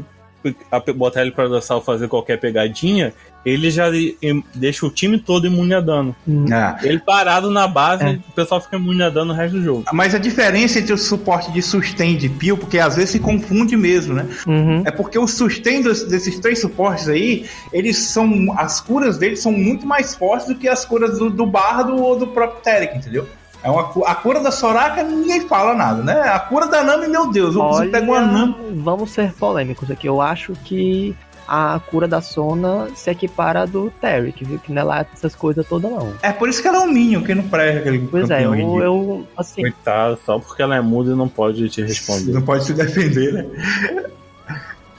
[SPEAKER 2] a pe- botar ele pra dançar ou fazer qualquer pegadinha, ele já i- im- deixa o time todo imune a dano.
[SPEAKER 3] Hum,
[SPEAKER 1] Ah,
[SPEAKER 2] Ele parado na base,
[SPEAKER 3] É.
[SPEAKER 2] o pessoal fica imune a dano o resto do jogo.
[SPEAKER 1] Mas a diferença entre o suporte de sustain e de peel, porque às vezes se confunde mesmo, né?
[SPEAKER 3] Uhum.
[SPEAKER 1] É porque o sustain dos- desses três suportes aí, eles são. As curas deles são muito mais fortes do que as curas do, do Bardo ou do próprio Terek, entendeu? É uma, cu- a cura da Soraka ninguém fala nada, né? A cura da Nami, meu Deus, o Olha...
[SPEAKER 3] Olha,
[SPEAKER 1] pegou a Nami.
[SPEAKER 3] vamos ser polêmicos aqui. Eu acho que a cura da Sona se equipara à do Terry, que viu que não é lá essas coisas todas, não.
[SPEAKER 1] É por isso que ela é um Minion, que não presta aquele
[SPEAKER 3] Pois é,
[SPEAKER 1] campeão
[SPEAKER 3] eu,
[SPEAKER 1] ridículo.
[SPEAKER 3] eu assim,
[SPEAKER 2] Coitado, só porque ela é muda e não pode te responder.
[SPEAKER 1] Não pode se defender, né?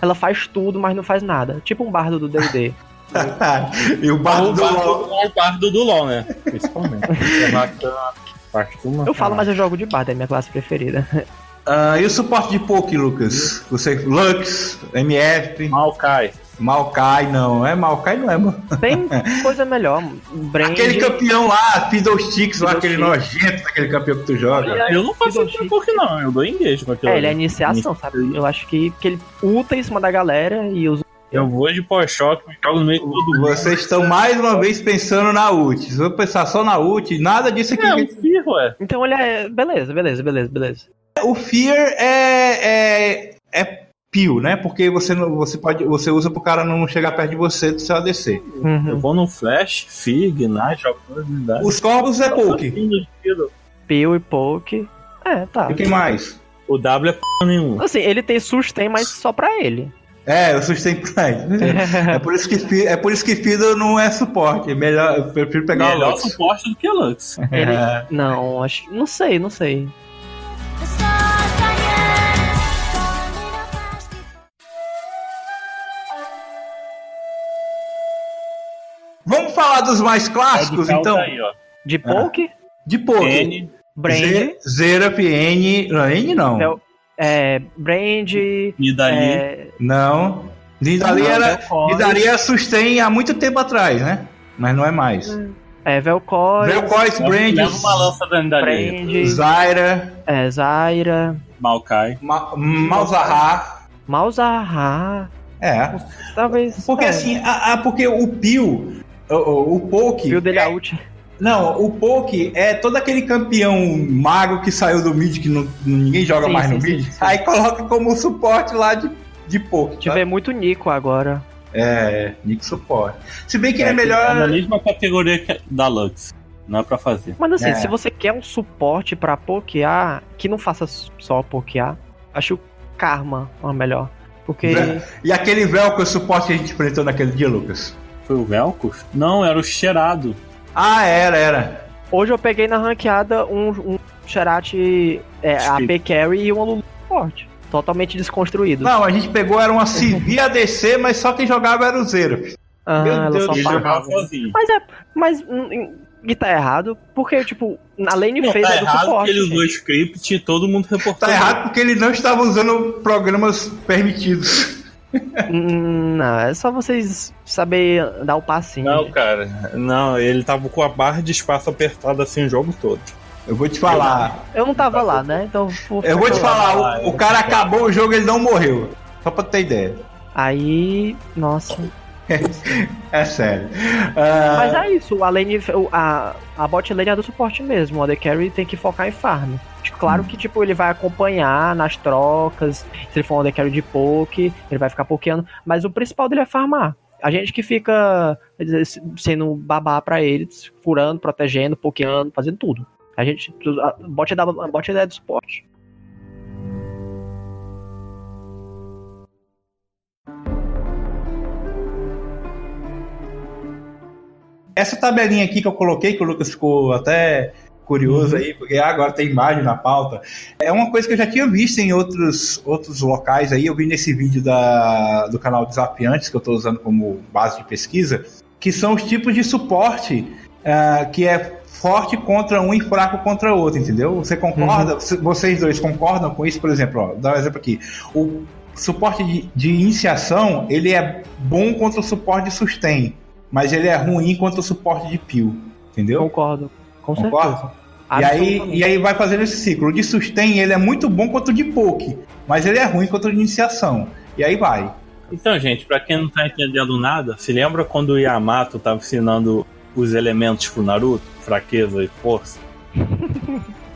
[SPEAKER 3] ela faz tudo, mas não faz nada. Tipo um bardo do D&D.
[SPEAKER 1] Ah, e o Bardo
[SPEAKER 2] O
[SPEAKER 1] do LoL.
[SPEAKER 2] bardo, o bardo do LOL, né? Principalmente. É bacana. Bacana.
[SPEAKER 3] Eu falo, mas eu jogo de bardo, é minha classe preferida.
[SPEAKER 1] Ah, e o suporte de Poke, Lucas? Você, Lux, MF,
[SPEAKER 2] Maokai.
[SPEAKER 1] Maokai, não. É Maokai, não é, mano.
[SPEAKER 3] Tem coisa melhor. Brand,
[SPEAKER 1] Aquele
[SPEAKER 2] Uhum.
[SPEAKER 1] campeão lá, Fiddlesticks, lá, aquele
[SPEAKER 3] Fiddlesticks.
[SPEAKER 1] nojento daquele campeão que tu joga.
[SPEAKER 2] Eu não faço
[SPEAKER 3] Fiddlesticks.
[SPEAKER 2] um pouco, não. Eu dou engage com aquilo.
[SPEAKER 3] É, ele é
[SPEAKER 2] ali.
[SPEAKER 3] iniciação, sabe? Eu acho que, que ele ulta em cima da galera e usa.
[SPEAKER 2] Eu vou de pós-choque, me jogo no meio de todo mundo.
[SPEAKER 1] Vocês estão mais uma vez pensando na ult. Vocês vão pensar só na ult, nada disso aqui.
[SPEAKER 2] É, um firro, é.
[SPEAKER 3] Então ele é. Beleza, beleza, beleza, beleza.
[SPEAKER 1] O Fear é. é. é peel, né? Porque você não. Você pode. Você usa pro cara não chegar perto de você do seu ADC.
[SPEAKER 2] Eu
[SPEAKER 3] Uhum.
[SPEAKER 2] vou no Flash, Fig, Ignite, alguma unidade.
[SPEAKER 1] Os corvos é poke.
[SPEAKER 2] O
[SPEAKER 3] Peel e poke. É, tá.
[SPEAKER 1] E quem mais?
[SPEAKER 2] W é p nenhum.
[SPEAKER 3] Assim, ele tem sustain, mas só pra ele.
[SPEAKER 1] É, eu sustento pra ele. É por isso que, Fi- é por isso que Fiddle não é suporte. É Melhor, eu prefiro pegar o
[SPEAKER 2] Melhor
[SPEAKER 1] Lux.
[SPEAKER 2] suporte do que Lux.
[SPEAKER 3] Ele-
[SPEAKER 1] É.
[SPEAKER 3] Não, acho. Não sei, não sei.
[SPEAKER 5] The stars again. Coming up fast before
[SPEAKER 1] Vamos falar dos mais clássicos,
[SPEAKER 2] Radical
[SPEAKER 1] então?
[SPEAKER 2] tá É aí, ó.
[SPEAKER 3] De poke,
[SPEAKER 1] De poke.
[SPEAKER 2] N,
[SPEAKER 3] brand.
[SPEAKER 1] Ze- Zeraf, N. Não, N não.
[SPEAKER 3] Fel- É, brand.
[SPEAKER 2] Nidalee,
[SPEAKER 3] É,
[SPEAKER 1] Não. Nidali era. Nidali era sustain há muito tempo atrás, né? Mas não é mais.
[SPEAKER 3] é Velcois,
[SPEAKER 1] Vel'Koz, Brand,
[SPEAKER 2] Leva um uma lança da Nidalee.
[SPEAKER 3] brand.
[SPEAKER 1] Zyra,
[SPEAKER 3] É, Zaira.
[SPEAKER 2] Maokai.
[SPEAKER 1] Ma- Malzahar.
[SPEAKER 3] Malzahar.
[SPEAKER 1] É.
[SPEAKER 3] Talvez.
[SPEAKER 1] Porque
[SPEAKER 3] é.
[SPEAKER 1] assim, a, a- porque o Pio. O, o, o Poke. é
[SPEAKER 3] Viu dele é a ult.
[SPEAKER 1] Não, o Poke é todo aquele campeão mago que saiu do mid, que não, ninguém joga
[SPEAKER 3] Sim,
[SPEAKER 1] mais
[SPEAKER 3] sim,
[SPEAKER 1] no
[SPEAKER 3] sim,
[SPEAKER 1] mid.
[SPEAKER 3] sim.
[SPEAKER 1] Aí coloca como suporte lá de, de Poke.
[SPEAKER 3] Te
[SPEAKER 1] tá?
[SPEAKER 3] vê muito Nico agora.
[SPEAKER 1] É, Nick suporte. Se bem que é,
[SPEAKER 2] É na
[SPEAKER 1] melhor.
[SPEAKER 2] mesma categoria que a- da Lux. Não é pra fazer.
[SPEAKER 3] Mas assim,
[SPEAKER 1] É.
[SPEAKER 3] se você quer um suporte pra pokear, que não faça só pokear, acho o Karma uma melhor. Porque.
[SPEAKER 1] Vé- E aquele Velcro suporte que a gente enfrentou naquele dia, Lucas?
[SPEAKER 2] Foi o Velcos? Não, era o cheirado.
[SPEAKER 1] Ah, era, era.
[SPEAKER 3] Hoje eu peguei na ranqueada um, um Xerath é,
[SPEAKER 2] Sim.
[SPEAKER 3] AP Carry e um Lulu forte. Totalmente desconstruído.
[SPEAKER 1] Não, a gente pegou, era uma Civi ADC, mas só quem jogava era o Zero.
[SPEAKER 3] Ah,
[SPEAKER 1] meu
[SPEAKER 3] ela
[SPEAKER 1] Deus
[SPEAKER 3] só
[SPEAKER 1] do
[SPEAKER 2] Ele
[SPEAKER 1] céu.
[SPEAKER 3] farma.
[SPEAKER 2] jogava sozinho.
[SPEAKER 3] Mas é. Mas. hum, hum, E tá errado, porque, tipo, a lane
[SPEAKER 2] Não,
[SPEAKER 3] fez
[SPEAKER 2] tá
[SPEAKER 3] é do
[SPEAKER 2] errado
[SPEAKER 3] suporte.
[SPEAKER 2] porque ele
[SPEAKER 3] gente.
[SPEAKER 2] usou script e todo mundo reportou.
[SPEAKER 1] um Tá errado porque ele não estava usando programas permitidos.
[SPEAKER 3] Hum, Não, é só vocês saber dar o passinho.
[SPEAKER 2] Não, cara. Não, ele tava com a barra de espaço apertada assim o jogo todo.
[SPEAKER 1] Eu vou te falar.
[SPEAKER 3] Eu não tava lá, né? Então vou
[SPEAKER 1] Eu vou te
[SPEAKER 3] falar.
[SPEAKER 1] falar, o, o cara acabou o jogo, ele não morreu. Só pra ter ideia.
[SPEAKER 3] Aí. Nossa.
[SPEAKER 1] É sério. Ah,
[SPEAKER 3] Mas é isso, a lane. o- A, a bot lane é do suporte mesmo. O AD Carry tem que focar em farm.
[SPEAKER 1] Hum.
[SPEAKER 3] Claro que, tipo, ele vai acompanhar nas trocas. Se ele for um AD Carry de poke, ele vai ficar pokeando. Mas o principal dele é farmar. A gente que fica quer dizer, sendo um babá pra ele, furando, protegendo, pokeando, fazendo tudo. A gente. A bot é, da, a bot é do suporte.
[SPEAKER 1] Essa tabelinha aqui que eu coloquei, que o Lucas ficou até curioso aí, porque ah, agora tem imagem na pauta, é uma coisa que eu já tinha visto em outros, outros locais aí, eu vi nesse vídeo da, do canal Desafiantes, que eu estou usando como base de pesquisa, que são os tipos de suporte ah, que é forte contra um e fraco contra outro, entendeu? Você concorda? Se- Vocês dois concordam com isso? Por exemplo, ó, dá um exemplo aqui. O suporte de, de iniciação, ele é bom contra o suporte de sustain, mas ele é ruim contra o suporte de peel, entendeu?
[SPEAKER 3] Concordo. Com certeza.
[SPEAKER 1] Concorda? E aí, e aí vai fazendo esse ciclo. O de sustain, ele é muito bom contra o de poke, mas ele é ruim contra o de iniciação. E aí vai.
[SPEAKER 2] Então, gente, pra quem não tá entendendo nada, se lembra quando o Yamato tava ensinando os elementos pro Naruto? Fraqueza e força?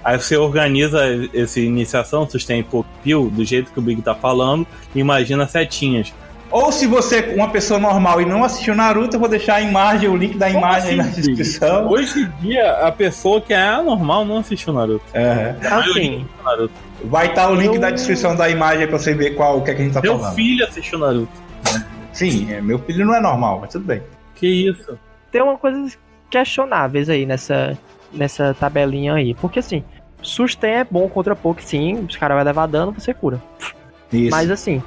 [SPEAKER 2] Aí você organiza essa iniciação, sustém Popil, do jeito que o Big tá falando, e imagina setinhas.
[SPEAKER 1] Ou se você é uma pessoa normal e não assistiu Naruto, eu vou deixar a imagem, o link da imagem aí na
[SPEAKER 2] assim,
[SPEAKER 1] descrição.
[SPEAKER 2] Hoje em dia, a pessoa que é anormal não assistiu Naruto.
[SPEAKER 1] É.
[SPEAKER 2] A maioria
[SPEAKER 3] Assim,
[SPEAKER 2] assistiu Naruto.
[SPEAKER 1] Vai estar o link da descrição da imagem pra você ver qual o que, é que a gente tá
[SPEAKER 2] Meu
[SPEAKER 1] falando.
[SPEAKER 2] filho assistiu Naruto.
[SPEAKER 1] Sim, é, meu filho não é normal, mas tudo bem.
[SPEAKER 2] Que isso?
[SPEAKER 3] tem uma coisa questionáveis aí nessa, nessa tabelinha aí. Porque assim, sustain é bom contra poke, sim. Os caras vai levar dano, você cura.
[SPEAKER 1] Isso.
[SPEAKER 3] Mas assim,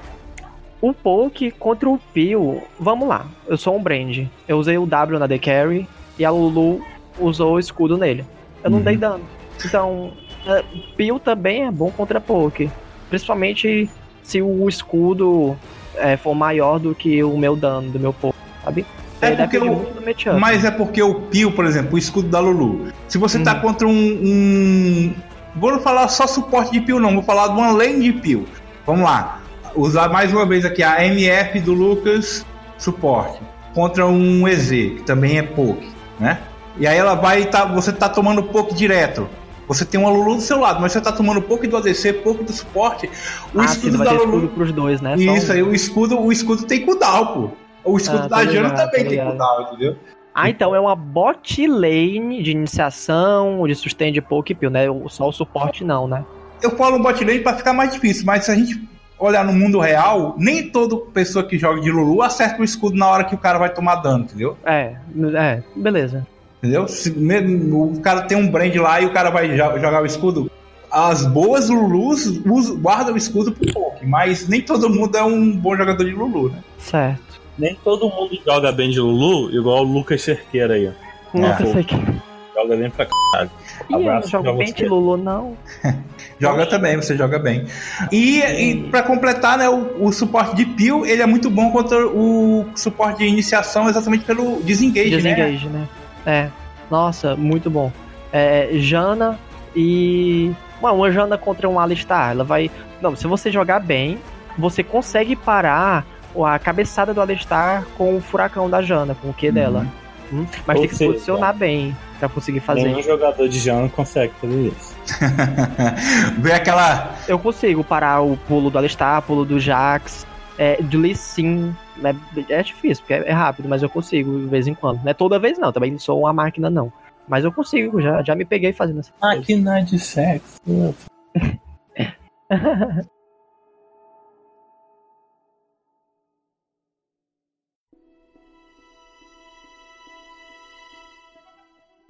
[SPEAKER 3] o poke contra o Pio, vamos lá. Eu sou um brand. Eu usei o W na The Carry e a Lulu usou o escudo nele. Eu não
[SPEAKER 1] Uhum.
[SPEAKER 3] dei dano. Então, é, Pio também é bom contra poke. Principalmente se o escudo é, for maior do que o meu dano, do meu poke, sabe?
[SPEAKER 1] É
[SPEAKER 3] Aí
[SPEAKER 1] porque
[SPEAKER 3] depende
[SPEAKER 1] o-
[SPEAKER 3] muito do matchup.
[SPEAKER 1] Mas é porque o Pio, por exemplo, o escudo da Lulu. Se você tá
[SPEAKER 3] Hum.
[SPEAKER 1] contra um, um- Vou não falar só suporte de Pio, não. Vou falar de uma lane de Pio. Vamos lá. Usar mais uma vez aqui a MF do Lucas, suporte. Contra um EZ, que também é poke, né? E aí ela vai e tá, você tá tomando poke direto. Você tem uma Lulu do seu lado, mas você tá tomando poke do ADC, poke do suporte. O
[SPEAKER 3] ah,
[SPEAKER 1] escudo
[SPEAKER 3] sim,
[SPEAKER 1] da
[SPEAKER 3] vai ter
[SPEAKER 1] Lulu.
[SPEAKER 3] escudo pros dois, né? Só
[SPEAKER 1] Isso
[SPEAKER 3] um.
[SPEAKER 1] aí, o escudo, o escudo tem cooldown, pô. O escudo
[SPEAKER 3] Ah,
[SPEAKER 1] da
[SPEAKER 3] tô
[SPEAKER 1] Jana
[SPEAKER 3] ligado,
[SPEAKER 1] também tem
[SPEAKER 3] tô ligado.
[SPEAKER 1] cooldown, entendeu?
[SPEAKER 3] Ah, então é uma bot lane de iniciação, de sustain de poke peel, né? O- Só o suporte não, né?
[SPEAKER 1] eu falo um bot lane pra ficar mais difícil, mas se a gente olhar no mundo real, nem toda pessoa que joga de Lulu acerta o escudo na hora que o cara vai tomar dano, entendeu?
[SPEAKER 3] É, é, beleza.
[SPEAKER 1] Entendeu? Se mesmo o cara tem um brand lá e o cara vai jo- jogar o escudo. As boas Lulus usam- guardam o escudo pro pouco, mas nem todo mundo é um bom jogador de Lulu, né?
[SPEAKER 3] Certo.
[SPEAKER 2] Nem todo mundo joga bem de Lulu, igual o Lucas Cerqueira aí.
[SPEAKER 3] Nunca sei que.
[SPEAKER 2] Joga bem pra caralho.
[SPEAKER 3] Ih, eu não
[SPEAKER 2] Abraço pra
[SPEAKER 3] jogo bem
[SPEAKER 2] você.
[SPEAKER 3] de Lulu, não.
[SPEAKER 1] Joga também, você joga bem. E, e para completar, né, o, o suporte de Peel, ele é muito bom contra o suporte de iniciação exatamente pelo desengage, né?
[SPEAKER 3] Desengage, né? É. Nossa, muito bom. É, Jana e. Mano, uma Jana contra um Alistar. Ela vai. Não, se você jogar bem, você consegue parar a cabeçada do Alistar com o furacão da Jana, com o Q dela. Hum? Mas
[SPEAKER 2] Uhum. Ou
[SPEAKER 3] tem que se
[SPEAKER 2] seja,
[SPEAKER 3] posicionar bem pra conseguir fazer.
[SPEAKER 2] Nenhum jogador de Jano consegue fazer isso.
[SPEAKER 1] Vem aquela
[SPEAKER 3] Eu consigo parar o pulo do Alistar, pulo do Jax, é, do Lee Sin. né? É, difícil, porque é é rápido, mas eu consigo de vez em quando. Não é toda vez, não. Também não sou uma máquina, não. Mas eu consigo, já, já me peguei fazendo essa coisa.
[SPEAKER 2] Máquina de sexo.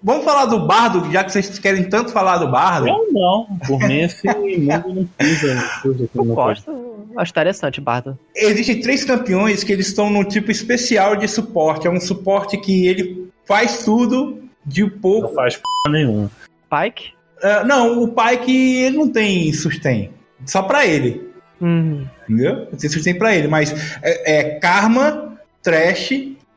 [SPEAKER 1] Vamos falar do bardo, já que vocês querem tanto falar do bardo.
[SPEAKER 2] Eu não. Por mim, esse mundo não pisa. Não pisa aqui
[SPEAKER 3] Eu
[SPEAKER 2] no podcast.
[SPEAKER 3] gosto, acho interessante, Bardo.
[SPEAKER 1] Existem três campeões que eles estão num tipo especial de suporte. É um suporte que ele faz tudo de pouco.
[SPEAKER 2] Não faz p nenhuma.
[SPEAKER 3] Pike?
[SPEAKER 1] Ah, não, o pai que ele não tem sustain. Só pra ele.
[SPEAKER 3] Hum,
[SPEAKER 1] Entendeu? Não tem sustain pra ele. Mas é, é Karma, Trash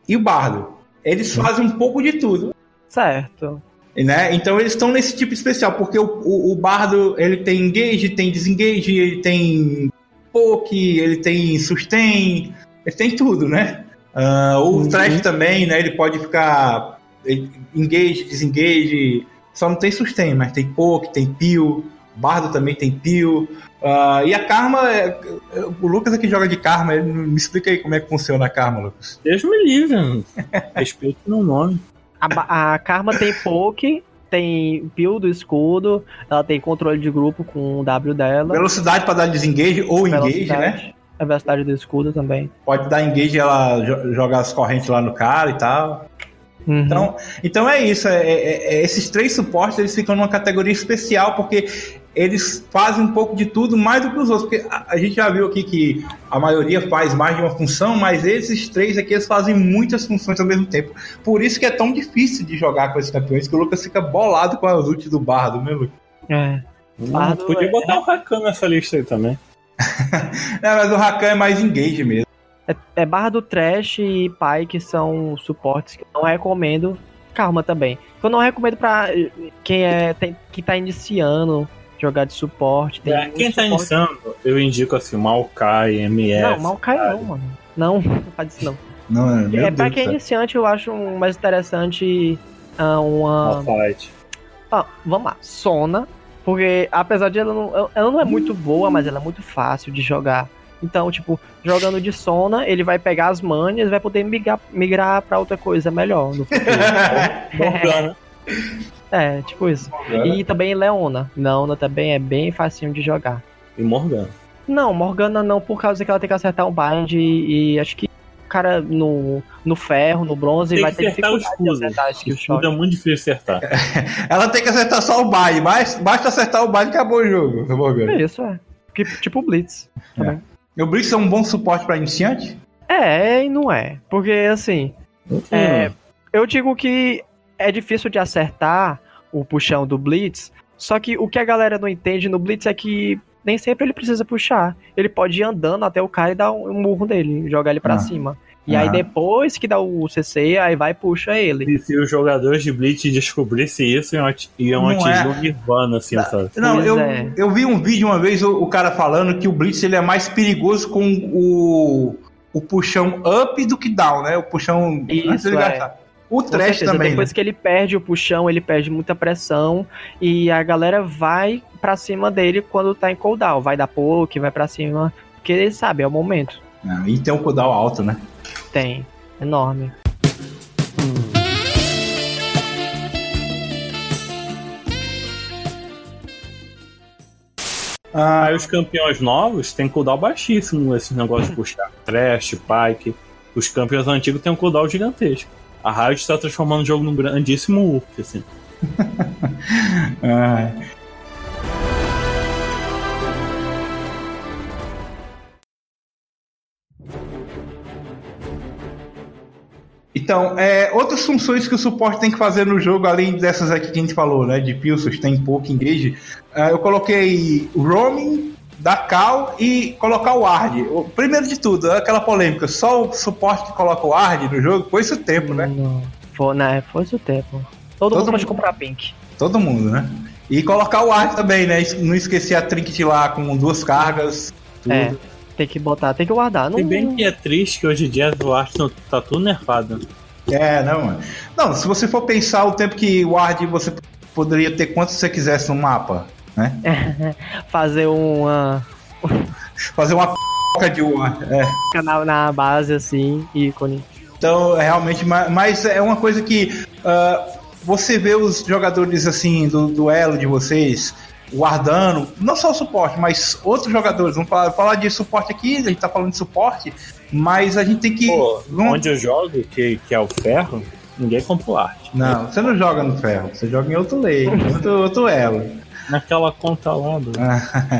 [SPEAKER 1] e o bardo. Eles fazem um pouco de tudo.
[SPEAKER 3] certo.
[SPEAKER 1] né? Então eles estão nesse tipo especial, porque o, o, o bardo ele tem engage, tem desengage, ele tem poke, ele tem sustain, ele tem tudo, né? Ah, o trash também, né? Ele pode ficar ele- engage, desengage, só não tem sustain, mas tem poke, tem peel, bardo também tem peel. Ah, e a karma, é- é- o Lucas aqui joga de karma, ele me explica aí como é que funciona a karma, Lucas.
[SPEAKER 2] Deus me livre. mano. Respeito meu nome.
[SPEAKER 3] A, Ba- a Karma tem poke, tem build do escudo, ela tem controle de grupo com o W dela.
[SPEAKER 1] Velocidade para dar desengage ou engage, né?
[SPEAKER 3] A velocidade do escudo também.
[SPEAKER 1] pode dar engage ela jo- jogar as correntes lá no cara e tal.
[SPEAKER 3] Uhum.
[SPEAKER 1] Então, então é isso. é- é- é- esses três suportes eles ficam numa categoria especial porque eles fazem um pouco de tudo mais do que os outros. Porque a, a gente já viu aqui que a maioria faz mais de uma função, mas esses três aqui eles fazem muitas funções ao mesmo tempo. Por isso que é tão difícil de jogar com esses campeões que o Lucas fica bolado com as ulti do Bardo, né, Lucas?
[SPEAKER 3] é.
[SPEAKER 2] Hum, podia
[SPEAKER 3] é.
[SPEAKER 2] botar o Rakan nessa lista aí também.
[SPEAKER 1] É, mas o Rakan é mais engage mesmo.
[SPEAKER 3] É barra do Trash e Pai que são suportes que eu não recomendo. Karma também. Que eu não recomendo pra eh, quem é tem, que tá iniciando jogar de suporte. Tem
[SPEAKER 2] Pra quem
[SPEAKER 3] muito
[SPEAKER 2] tá
[SPEAKER 3] suporte-
[SPEAKER 2] iniciando, eu indico assim, Maokai, MF.
[SPEAKER 3] Não, Maokai não, mano. Não, não faz isso não.
[SPEAKER 1] Não, é, meu
[SPEAKER 3] é, pra
[SPEAKER 1] Deus do
[SPEAKER 3] quem é
[SPEAKER 1] céu.
[SPEAKER 3] iniciante, eu acho um mais interessante ah, uma.
[SPEAKER 2] Malphite.
[SPEAKER 3] Ah, vamos lá, Sona. Porque apesar de ela não, ela não é muito boa, mas ela é muito fácil de jogar. Então, tipo, jogando de Sona, ele vai pegar as manhas e vai poder migrar, migrar pra outra coisa melhor. no futuro.
[SPEAKER 2] Morgana.
[SPEAKER 3] é, tipo isso. E também Leona. Leona também é bem facinho de jogar.
[SPEAKER 2] E Morgana.
[SPEAKER 3] Não, Morgana não, por causa que ela tem que acertar um bind e, e acho que o cara no, no ferro, no bronze,
[SPEAKER 2] Tem
[SPEAKER 3] vai
[SPEAKER 2] que
[SPEAKER 3] ter
[SPEAKER 2] acertar os
[SPEAKER 3] dificuldade de
[SPEAKER 2] fusos.
[SPEAKER 3] acertar skill shot.
[SPEAKER 2] Tudo é muito difícil acertar.
[SPEAKER 1] Ela tem que acertar só o baile, mas basta acertar o baile e acabou o jogo. tá bom, cara?
[SPEAKER 3] É isso, é. Que- Tipo Blitz.
[SPEAKER 1] O Blitz é um bom suporte pra iniciante?
[SPEAKER 3] É, e não é. Porque, assim,
[SPEAKER 1] Hum.
[SPEAKER 3] é, eu digo que é difícil de acertar o puxão do Blitz, só que o que a galera não entende no Blitz é que nem sempre ele precisa puxar. Ele pode ir andando até o cara e dar um, um murro nele, jogar ele pra
[SPEAKER 1] Ah.
[SPEAKER 3] cima. E
[SPEAKER 1] Ah.
[SPEAKER 3] aí depois que dá o CC, aí vai e puxa ele.
[SPEAKER 2] E Então, se os jogadores de Blitz descobrissem isso, iam ati- iam
[SPEAKER 1] Não é.
[SPEAKER 2] atingir um nirvana, assim, sabe?
[SPEAKER 1] Não,
[SPEAKER 3] Pois
[SPEAKER 1] eu,
[SPEAKER 3] é.
[SPEAKER 1] eu vi um vídeo uma vez o, o cara falando que o Blitz ele é mais perigoso com o, o puxão up do que down, né? O puxão
[SPEAKER 3] Isso,
[SPEAKER 1] antes dele
[SPEAKER 3] é.
[SPEAKER 1] gastar. O
[SPEAKER 3] Com
[SPEAKER 1] trash
[SPEAKER 3] certeza,
[SPEAKER 1] também.
[SPEAKER 3] Depois
[SPEAKER 1] né?
[SPEAKER 3] que ele perde o puxão, ele perde muita pressão e a galera vai pra cima dele quando tá em cooldown. Vai dar poke, vai pra cima, porque ele sabe, é o momento.
[SPEAKER 1] Ah, e tem o cooldown alto, né?
[SPEAKER 3] Tem, enorme.
[SPEAKER 2] Aí os campeões novos têm cooldown baixíssimo, esses negócios de puxar. Trash, Pike. Os campeões antigos têm um cooldown gigantesco. A Riot está transformando o jogo num grandíssimo URP, assim.
[SPEAKER 1] Ah, Então, é, outras funções que o suporte tem que fazer no jogo, além dessas aqui que a gente falou, né? De Pilsos, tem pouco engage. ah, eu coloquei roaming, dar cal e colocar o ARD. O- Primeiro de tudo, é aquela polêmica, só o suporte que coloca o ARD no jogo, foi isso o tempo, né?
[SPEAKER 3] Não. Foi, né? Foi o tempo. Todo,
[SPEAKER 1] Todo
[SPEAKER 3] mundo
[SPEAKER 1] mundo.
[SPEAKER 3] pode comprar Pink.
[SPEAKER 1] Todo mundo, né? E colocar o ARD também, né? Es- Não esquecer a trinket lá com duas cargas. Tudo.
[SPEAKER 3] É. Tem que botar, tem que guardar. Não,
[SPEAKER 2] Se bem que é triste que hoje em dia o Arsenal tá tudo nerfado. né?
[SPEAKER 1] É, não, mano. Não, se você for pensar o tempo que o Ward você p- poderia ter quanto você quisesse no mapa,
[SPEAKER 3] fazer uma
[SPEAKER 1] fazer uma p de Ward. É.
[SPEAKER 3] canal na base assim, ícone.
[SPEAKER 1] Então, é realmente, ma- mas é uma coisa que ah, você vê os jogadores assim do duelo de vocês guardando, não só o suporte, mas outros jogadores. Vamos falar, falar de suporte aqui, a gente tá falando de suporte, mas a gente tem que.
[SPEAKER 2] Pô,
[SPEAKER 1] vamos-
[SPEAKER 2] onde eu jogo, que, que é o ferro, ninguém compra o arte.
[SPEAKER 1] Não, você não joga no ferro, você joga em outro leito, outro, outro elo.
[SPEAKER 2] Naquela conta lá do...
[SPEAKER 1] Ah.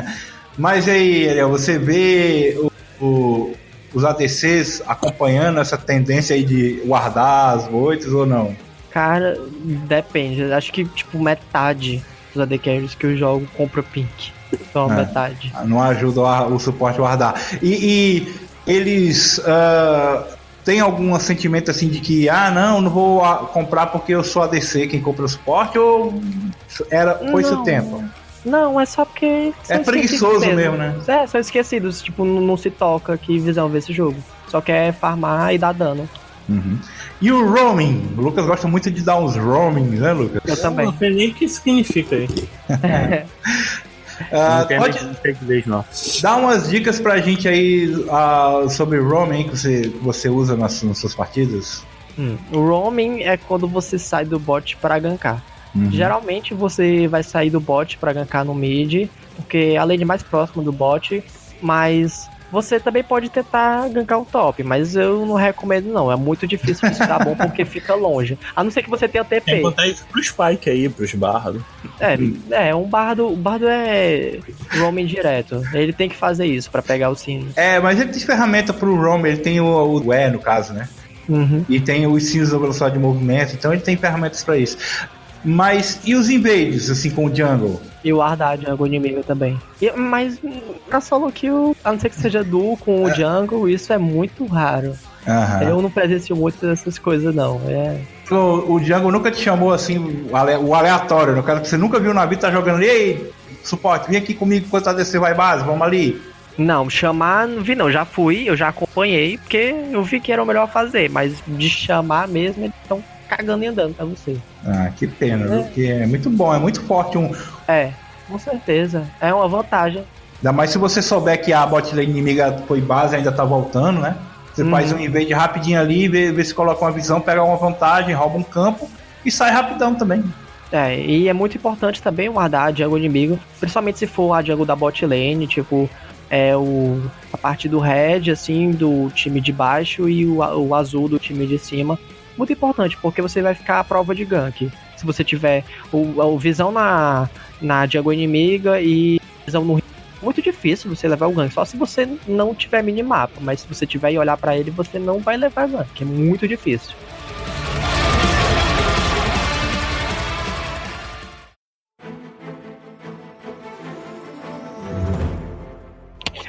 [SPEAKER 1] Mas e aí, Ariel, você vê o- o- os ADCs acompanhando essa tendência aí de guardar as voites ou não?
[SPEAKER 3] Cara, depende. Acho que tipo metade dos AD carries que eu jogo compra Pink. Então,
[SPEAKER 1] É.
[SPEAKER 3] metade.
[SPEAKER 1] Não ajuda o, ar- o suporte a guardar. E, e eles ah, têm algum sentimento assim de que, ah, não, não vou ah, comprar porque eu sou ADC quem compra o suporte ou era, foi seu
[SPEAKER 3] Não.
[SPEAKER 1] tempo?
[SPEAKER 3] Não, é só porque. são
[SPEAKER 1] É
[SPEAKER 3] esquecidos
[SPEAKER 1] preguiçoso mesmo, né?
[SPEAKER 3] É, são esquecidos. Tipo, não, não se toca que visão vê esse jogo. Só quer farmar e dar dano.
[SPEAKER 1] Uhum. E o roaming? O Lucas gosta muito de dar uns roamings, né, Lucas?
[SPEAKER 3] Eu também.
[SPEAKER 2] Não sei nem o que significa aí.
[SPEAKER 1] Ah,
[SPEAKER 2] não tem
[SPEAKER 1] pode-
[SPEAKER 2] nem- não tem que ver, não.
[SPEAKER 1] Dá umas dicas pra gente aí ah, sobre roaming que você, que você usa nas, nas suas partidas.
[SPEAKER 3] O roaming é quando você sai do bot pra gankar. Geralmente você vai sair do bot pra gankar no mid, porque além de mais próximo do bot, mas você também pode tentar gankar o top, mas eu não recomendo não, é muito difícil isso dar bom porque fica longe. A não ser que você tenha
[SPEAKER 2] Tem que
[SPEAKER 3] TP.
[SPEAKER 2] contar isso pros Spike aí, pros né? Bardo.
[SPEAKER 3] É, é um bardo, o bardo é roaming direto. Ele tem que fazer isso pra pegar o sino.
[SPEAKER 1] É, mas ele tem ferramenta pro roaming, ele tem o, o E no caso, né?
[SPEAKER 3] Uhum.
[SPEAKER 1] E tem os sinos da velocidade de movimento, então ele tem ferramentas pra isso. Mas e os invades, assim, com o jungle?
[SPEAKER 3] E o Ardad é algum inimigo também. E- mas hum, na solo kill, a não ser que seja duo com o jungle, isso é Ah. muito raro.
[SPEAKER 1] Aham.
[SPEAKER 3] Eu não presencio muito dessas coisas, não. É,
[SPEAKER 1] O, o jungle nunca te chamou assim, o ale- o aleatório, né? O cara que você nunca viu na vida tá jogando, ei, suporte, vem aqui comigo enquanto a DC vai base, vamos ali.
[SPEAKER 3] Não, chamar não vi não, já fui, eu já acompanhei, porque eu vi que era o melhor fazer, mas de chamar mesmo, eles estão cagando e andando pra você.
[SPEAKER 1] Ah, que pena, viu? Porque é muito bom, é muito forte. Um...
[SPEAKER 3] É, com certeza, é uma vantagem.
[SPEAKER 1] Ainda mais se você souber que a bot lane inimiga foi base e ainda tá voltando, né? Você
[SPEAKER 3] Uhum.
[SPEAKER 1] faz um invade rapidinho ali, vê, vê se coloca uma visão, pega uma vantagem, rouba um campo e sai rapidão também.
[SPEAKER 3] É, e é muito importante também guardar a jungle inimigo, principalmente se for a jungle da bot lane, tipo, é o, a parte do red, assim, do time de baixo e o, a- o azul do time de cima. Muito importante, porque você vai ficar à prova de gank. Se você tiver o, o visão na, na jungle inimiga e visão no muito difícil você levar o gank, só se você não tiver minimapa, mas se você tiver e olhar pra ele, você não vai levar gank, é muito difícil.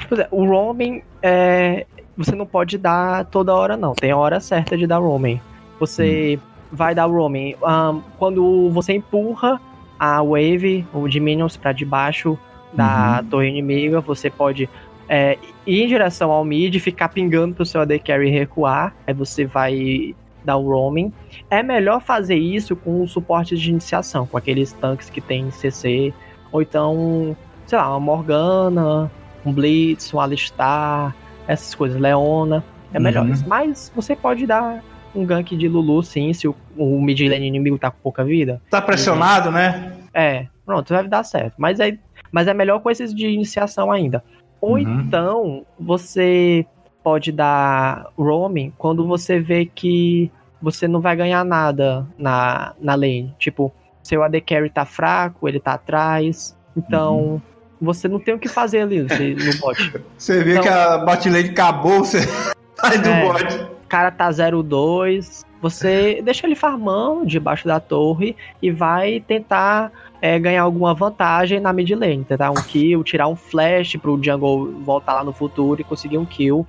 [SPEAKER 3] Pois é, o roaming é, você não pode dar toda hora não, tem a hora certa de dar roaming. Você vai dar roaming ahn, quando você empurra a wave ou de minions pra debaixo da torre inimiga, você pode é, ir em direção ao mid, ficar pingando pro seu AD carry recuar, aí você vai dar o roaming. É melhor fazer isso com suportes de iniciação, com aqueles tanques que tem CC, ou então, sei lá, uma Morgana, um Blitz, um Alistar, essas coisas, Leona. É
[SPEAKER 1] Uhum.
[SPEAKER 3] melhor isso. Mas você pode dar um gank de Lulu, sim, se o, o mid lane inimigo tá com pouca vida.
[SPEAKER 1] Tá pressionado, né?
[SPEAKER 3] É, pronto, vai dar certo. Mas é, mas é melhor com esses de iniciação ainda. Ou
[SPEAKER 1] Uhum.
[SPEAKER 3] então, você pode dar roaming quando você vê que você não vai ganhar nada na, na lane. Tipo, seu AD carry tá fraco, ele tá atrás. Então, você não tem o que fazer ali você- no bot.
[SPEAKER 1] Você vê
[SPEAKER 3] Então-
[SPEAKER 1] que a bot lane acabou, você sai do
[SPEAKER 3] É.
[SPEAKER 1] bot.
[SPEAKER 3] O cara tá 0-2. Você deixa ele farmando debaixo da torre e vai tentar é, ganhar alguma vantagem na mid lane. Tentar um kill, tirar um flash pro jungle voltar lá no futuro e conseguir um kill.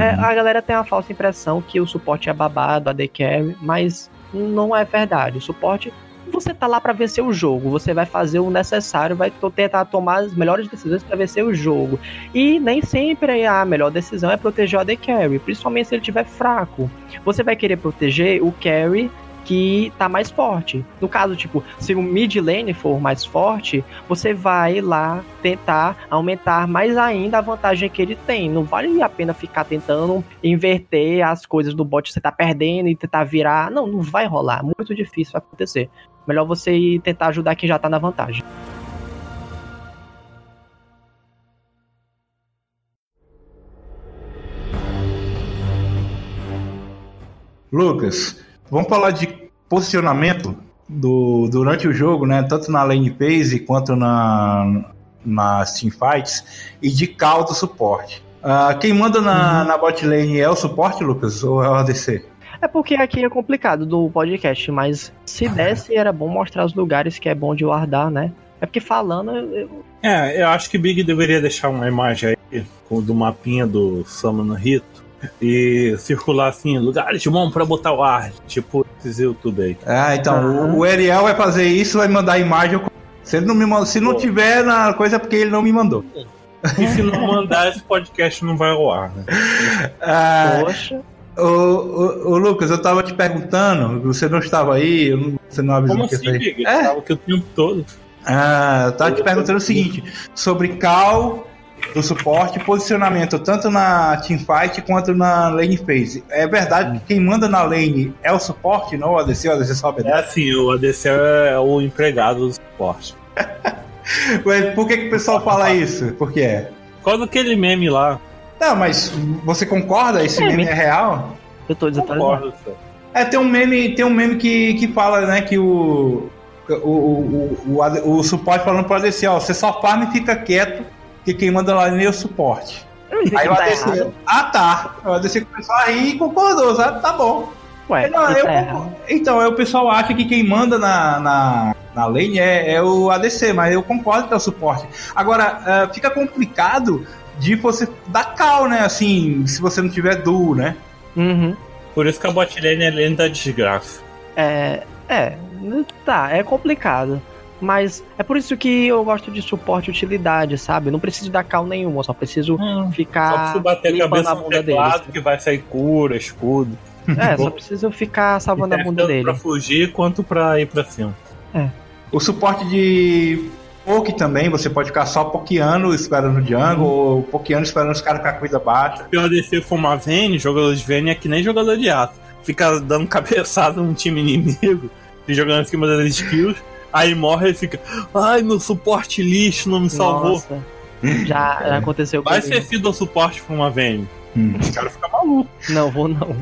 [SPEAKER 3] É, a galera tem a falsa impressão que o suporte é babado, a AD carry, mas não é verdade. O suporte, você tá lá pra vencer o jogo, você vai fazer o necessário, vai to- tentar tomar as melhores decisões pra vencer o jogo. E nem sempre a melhor decisão é proteger o AD carry, principalmente se ele estiver fraco. Você vai querer proteger o carry que tá mais forte. No caso, tipo, se o mid lane for mais forte, você vai lá tentar aumentar mais ainda a vantagem que ele tem. Não vale a pena ficar tentando inverter as coisas do bot que você tá perdendo e tentar virar. Não, não vai rolar. É Muito difícil acontecer. Melhor você ir tentar ajudar quem já tá na vantagem.
[SPEAKER 1] Lucas, vamos falar de posicionamento do, durante o jogo, né? Tanto na lane phase quanto na, nas teamfights e de cal do suporte. Ah, quem manda
[SPEAKER 3] Uhum.
[SPEAKER 1] na, na bot lane é o suporte, Lucas, ou é o ADC?
[SPEAKER 3] É porque aqui é complicado do podcast, mas se
[SPEAKER 1] Ah, é.
[SPEAKER 3] desse era bom mostrar os lugares que é bom de guardar, né? É porque falando, eu-
[SPEAKER 2] É, eu acho que Big deveria deixar uma imagem aí com- do mapinha do Samano Rito e circular assim, lugares bons pra botar o ar, tipo esses YouTube aí.
[SPEAKER 1] Ah, então,
[SPEAKER 3] Ah.
[SPEAKER 1] o, o Ariel vai fazer isso, vai mandar a imagem. eu co- Se ele não, me manda, se não
[SPEAKER 2] Pô.
[SPEAKER 1] tiver na coisa, é porque ele não me mandou.
[SPEAKER 2] E se não mandar, esse podcast não vai ao ar, né?
[SPEAKER 1] Ah,
[SPEAKER 3] poxa,
[SPEAKER 1] Ô, ô, ô, Lucas, eu tava te perguntando, você não estava aí, eu não- você não avisou
[SPEAKER 2] Como
[SPEAKER 1] que
[SPEAKER 2] assim,
[SPEAKER 1] eu saí.
[SPEAKER 2] Big?
[SPEAKER 1] É.
[SPEAKER 2] Tava aqui o tempo todo.
[SPEAKER 1] Ah, eu tava te perguntando o seguinte, sobre cal do suporte, posicionamento tanto na teamfight quanto na lane phase. É verdade que quem manda na lane é o suporte, não o ADC, o ADC só
[SPEAKER 2] É
[SPEAKER 1] obedece.
[SPEAKER 2] assim, o ADC é o empregado do suporte.
[SPEAKER 1] Ué, Por que, que o pessoal fala isso? Por que é?
[SPEAKER 2] Por causa daquele meme lá,
[SPEAKER 1] Não, mas você concorda? Esse
[SPEAKER 3] É,
[SPEAKER 1] meme
[SPEAKER 3] me-
[SPEAKER 1] é real?
[SPEAKER 3] eu tô desatualizado.
[SPEAKER 2] concordo, senhor.
[SPEAKER 1] É, tem um meme, tem um meme que, que fala, né, que o. O, o, o, o AD o suporte falando pro ADC, ó, você só farma e fica quieto, que quem manda lá nem é o suporte.
[SPEAKER 3] Eu disse que
[SPEAKER 1] Aí o
[SPEAKER 3] tá
[SPEAKER 1] ADC,
[SPEAKER 3] errado.
[SPEAKER 1] ah tá. O ADC começou a rir e concordou, sabe? Tá bom.
[SPEAKER 3] Ué,
[SPEAKER 1] Não,
[SPEAKER 3] isso
[SPEAKER 1] eu
[SPEAKER 3] é
[SPEAKER 1] concordo.
[SPEAKER 3] errado.
[SPEAKER 1] Então, aí o pessoal acha que quem manda na, na, na lane é, é o ADC, mas eu concordo que é o suporte. Agora, ah, fica complicado de você dar cal, né? Assim, se você não tiver duo, né?
[SPEAKER 3] Uhum.
[SPEAKER 2] Por isso que a bot lane é lane da desgraça.
[SPEAKER 3] É, é, tá, é complicado. Mas é por isso que eu gosto de suporte e utilidade, sabe? Não preciso dar cal nenhuma, só preciso
[SPEAKER 2] Hum, Só
[SPEAKER 3] ficar.
[SPEAKER 2] preciso bater a
[SPEAKER 3] limpando
[SPEAKER 2] cabeça
[SPEAKER 3] a
[SPEAKER 2] no
[SPEAKER 3] bunda
[SPEAKER 2] teclado
[SPEAKER 3] deles. né?
[SPEAKER 2] que vai sair cura, escudo.
[SPEAKER 3] É, só preciso ficar salvando a
[SPEAKER 2] Serve
[SPEAKER 3] bunda
[SPEAKER 2] tanto
[SPEAKER 3] dele.
[SPEAKER 2] Pra fugir quanto pra ir pra cima.
[SPEAKER 1] O suporte de poke também, você pode ficar só pokeando esperando o jungle, ou pokeando esperando os caras com a coisa baixa.
[SPEAKER 2] Pior descer for uma Vayne, jogador de Vayne é que nem jogador de ato. Fica dando cabeçada num time inimigo e jogando em cima das skills. Aí morre e fica, ai meu suporte lixo, não me salvou.
[SPEAKER 3] Nossa. Já, já aconteceu
[SPEAKER 2] um Vai
[SPEAKER 3] comigo.
[SPEAKER 2] ser filho do suporte pra uma Vayne. Os caras ficam malucos.
[SPEAKER 3] Não, vou não.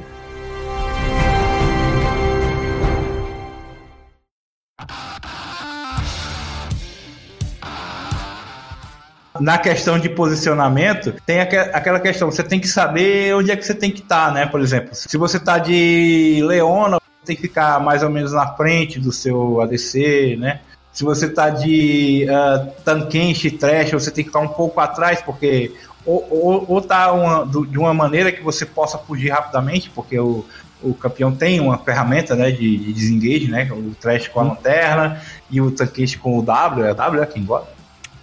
[SPEAKER 1] Na questão de posicionamento, tem aque- aquela questão, você tem que saber onde é que você tem que estar, né? Por exemplo, se você tá de Leona, você tem que ficar mais ou menos na frente do seu ADC, né? Se você tá de ah, Tankenshi, Trash, você tem que ficar um pouco atrás, porque ou, ou, ou tá uma- do- de uma maneira que você possa fugir rapidamente, porque o, o campeão tem uma ferramenta né, de, de desengage, né? O Trash com a lanterna e o Tankenshi com o W, é W é quem gosta?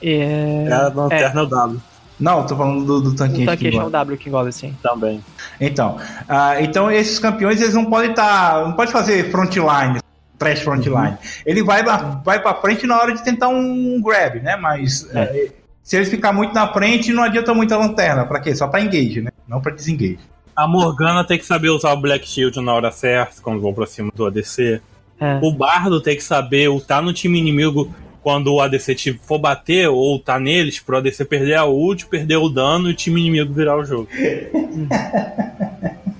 [SPEAKER 3] É...
[SPEAKER 2] É a lanterna W
[SPEAKER 1] Não, tô falando do, do Tankenshi.
[SPEAKER 3] O
[SPEAKER 1] quem
[SPEAKER 3] Tanqueixa é
[SPEAKER 1] gosta.
[SPEAKER 3] o W que engole, sim.
[SPEAKER 2] também.
[SPEAKER 1] Então, ah, então esses campeões eles não podem estar, não pode fazer frontline, trash frontline. Ele vai pra- vai para frente na hora de tentar um grab, né? Mas eh, se eles ficar muito na frente, não adianta muito a lanterna, Pra quê? Só pra engage, né? Não pra desengage.
[SPEAKER 2] A Morgana tem que saber usar o Black Shield na hora certa, quando vão pra cima do ADC.
[SPEAKER 3] É.
[SPEAKER 2] O Bardo tem que saber ou tá no time inimigo quando o ADC te- for bater ou tá neles pro ADC perder a ult, perder o dano e o time inimigo virar o jogo.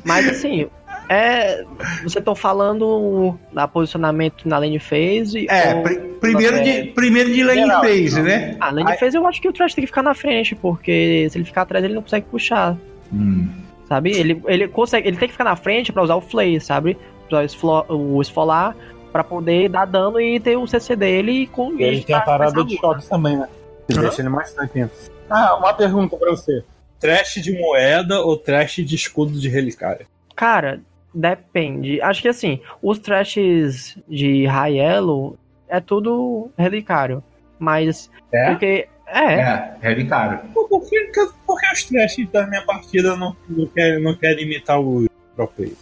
[SPEAKER 3] Mas assim, é. Vocês estão falando da posicionamento na lane phase.
[SPEAKER 1] É,
[SPEAKER 3] ou-
[SPEAKER 1] pri- primeiro, de, primeiro de lane
[SPEAKER 3] Geral,
[SPEAKER 1] phase, né?
[SPEAKER 3] Ah, lane phase eu acho que o Trash tem que ficar na frente, porque se ele ficar atrás ele não consegue puxar,
[SPEAKER 1] Hum.
[SPEAKER 3] sabe? Ele, ele consegue, ele tem que ficar na frente pra usar o flay, sabe? Pra usar o esflo- o esfolar pra poder dar dano e ter o CC dele e com
[SPEAKER 2] E ele tem a
[SPEAKER 3] pra- pra
[SPEAKER 2] parada
[SPEAKER 3] essa
[SPEAKER 2] de
[SPEAKER 3] luta.
[SPEAKER 2] choque também, né? Que
[SPEAKER 4] Hã?
[SPEAKER 2] deixa ele mais tranquilo. Ah, uma pergunta pra você. Trash de moeda ou trash de escudo de relicário?
[SPEAKER 3] Cara, depende. Acho que assim, os trashes de high elo é tudo relicário, mas
[SPEAKER 1] É?
[SPEAKER 3] porque é,
[SPEAKER 1] É, é de cara.
[SPEAKER 2] Por que, por que os trash da minha partida não, não querem não querem imitar o pro player?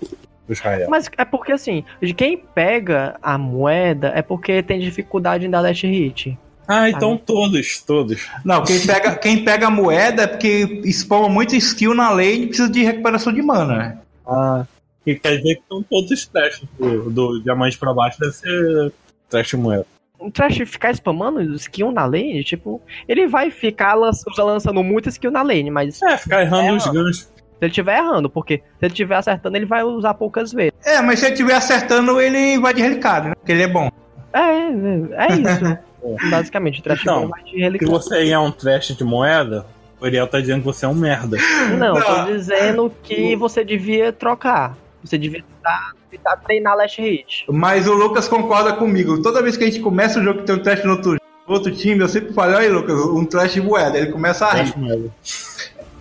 [SPEAKER 2] Os Rael.
[SPEAKER 3] Mas é porque assim, de quem pega a moeda é porque tem dificuldade em dar last hit.
[SPEAKER 2] Ah, então todos, todos.
[SPEAKER 1] Não, quem pega, quem pega a moeda é porque spama muito skill na lane e precisa de recuperação de mana, né?
[SPEAKER 2] Ah. E quer dizer que estão todos os trash do, do diamante pra baixo, deve ser trash moeda.
[SPEAKER 3] O Trash ficar spamando skill na lane, tipo, ele vai ficar lança- lançando muito skill na lane, mas se
[SPEAKER 2] É, ficar errando os ganchos.
[SPEAKER 3] ele tiver errando, porque se ele tiver acertando, ele vai usar poucas vezes.
[SPEAKER 1] É, mas se ele estiver acertando, ele vai de relicário, né? Porque ele é bom.
[SPEAKER 3] É, é é isso. Basicamente, o Trash
[SPEAKER 2] Então,
[SPEAKER 3] vai te
[SPEAKER 2] Se
[SPEAKER 3] relicar.
[SPEAKER 2] você aí é um trash de moeda, o Ariel tá dizendo que você é um merda.
[SPEAKER 3] Não, eu
[SPEAKER 2] Ah.
[SPEAKER 1] Não.
[SPEAKER 3] tô dizendo que você devia trocar. Você devia tentar, tentar treinar last hit.
[SPEAKER 1] Mas o Lucas concorda comigo. Toda vez que a gente começa o jogo que tem um trash no outro, no outro time, eu sempre falo, aí Lucas, um trash moeda. Ele começa a rir.
[SPEAKER 2] Trash moeda.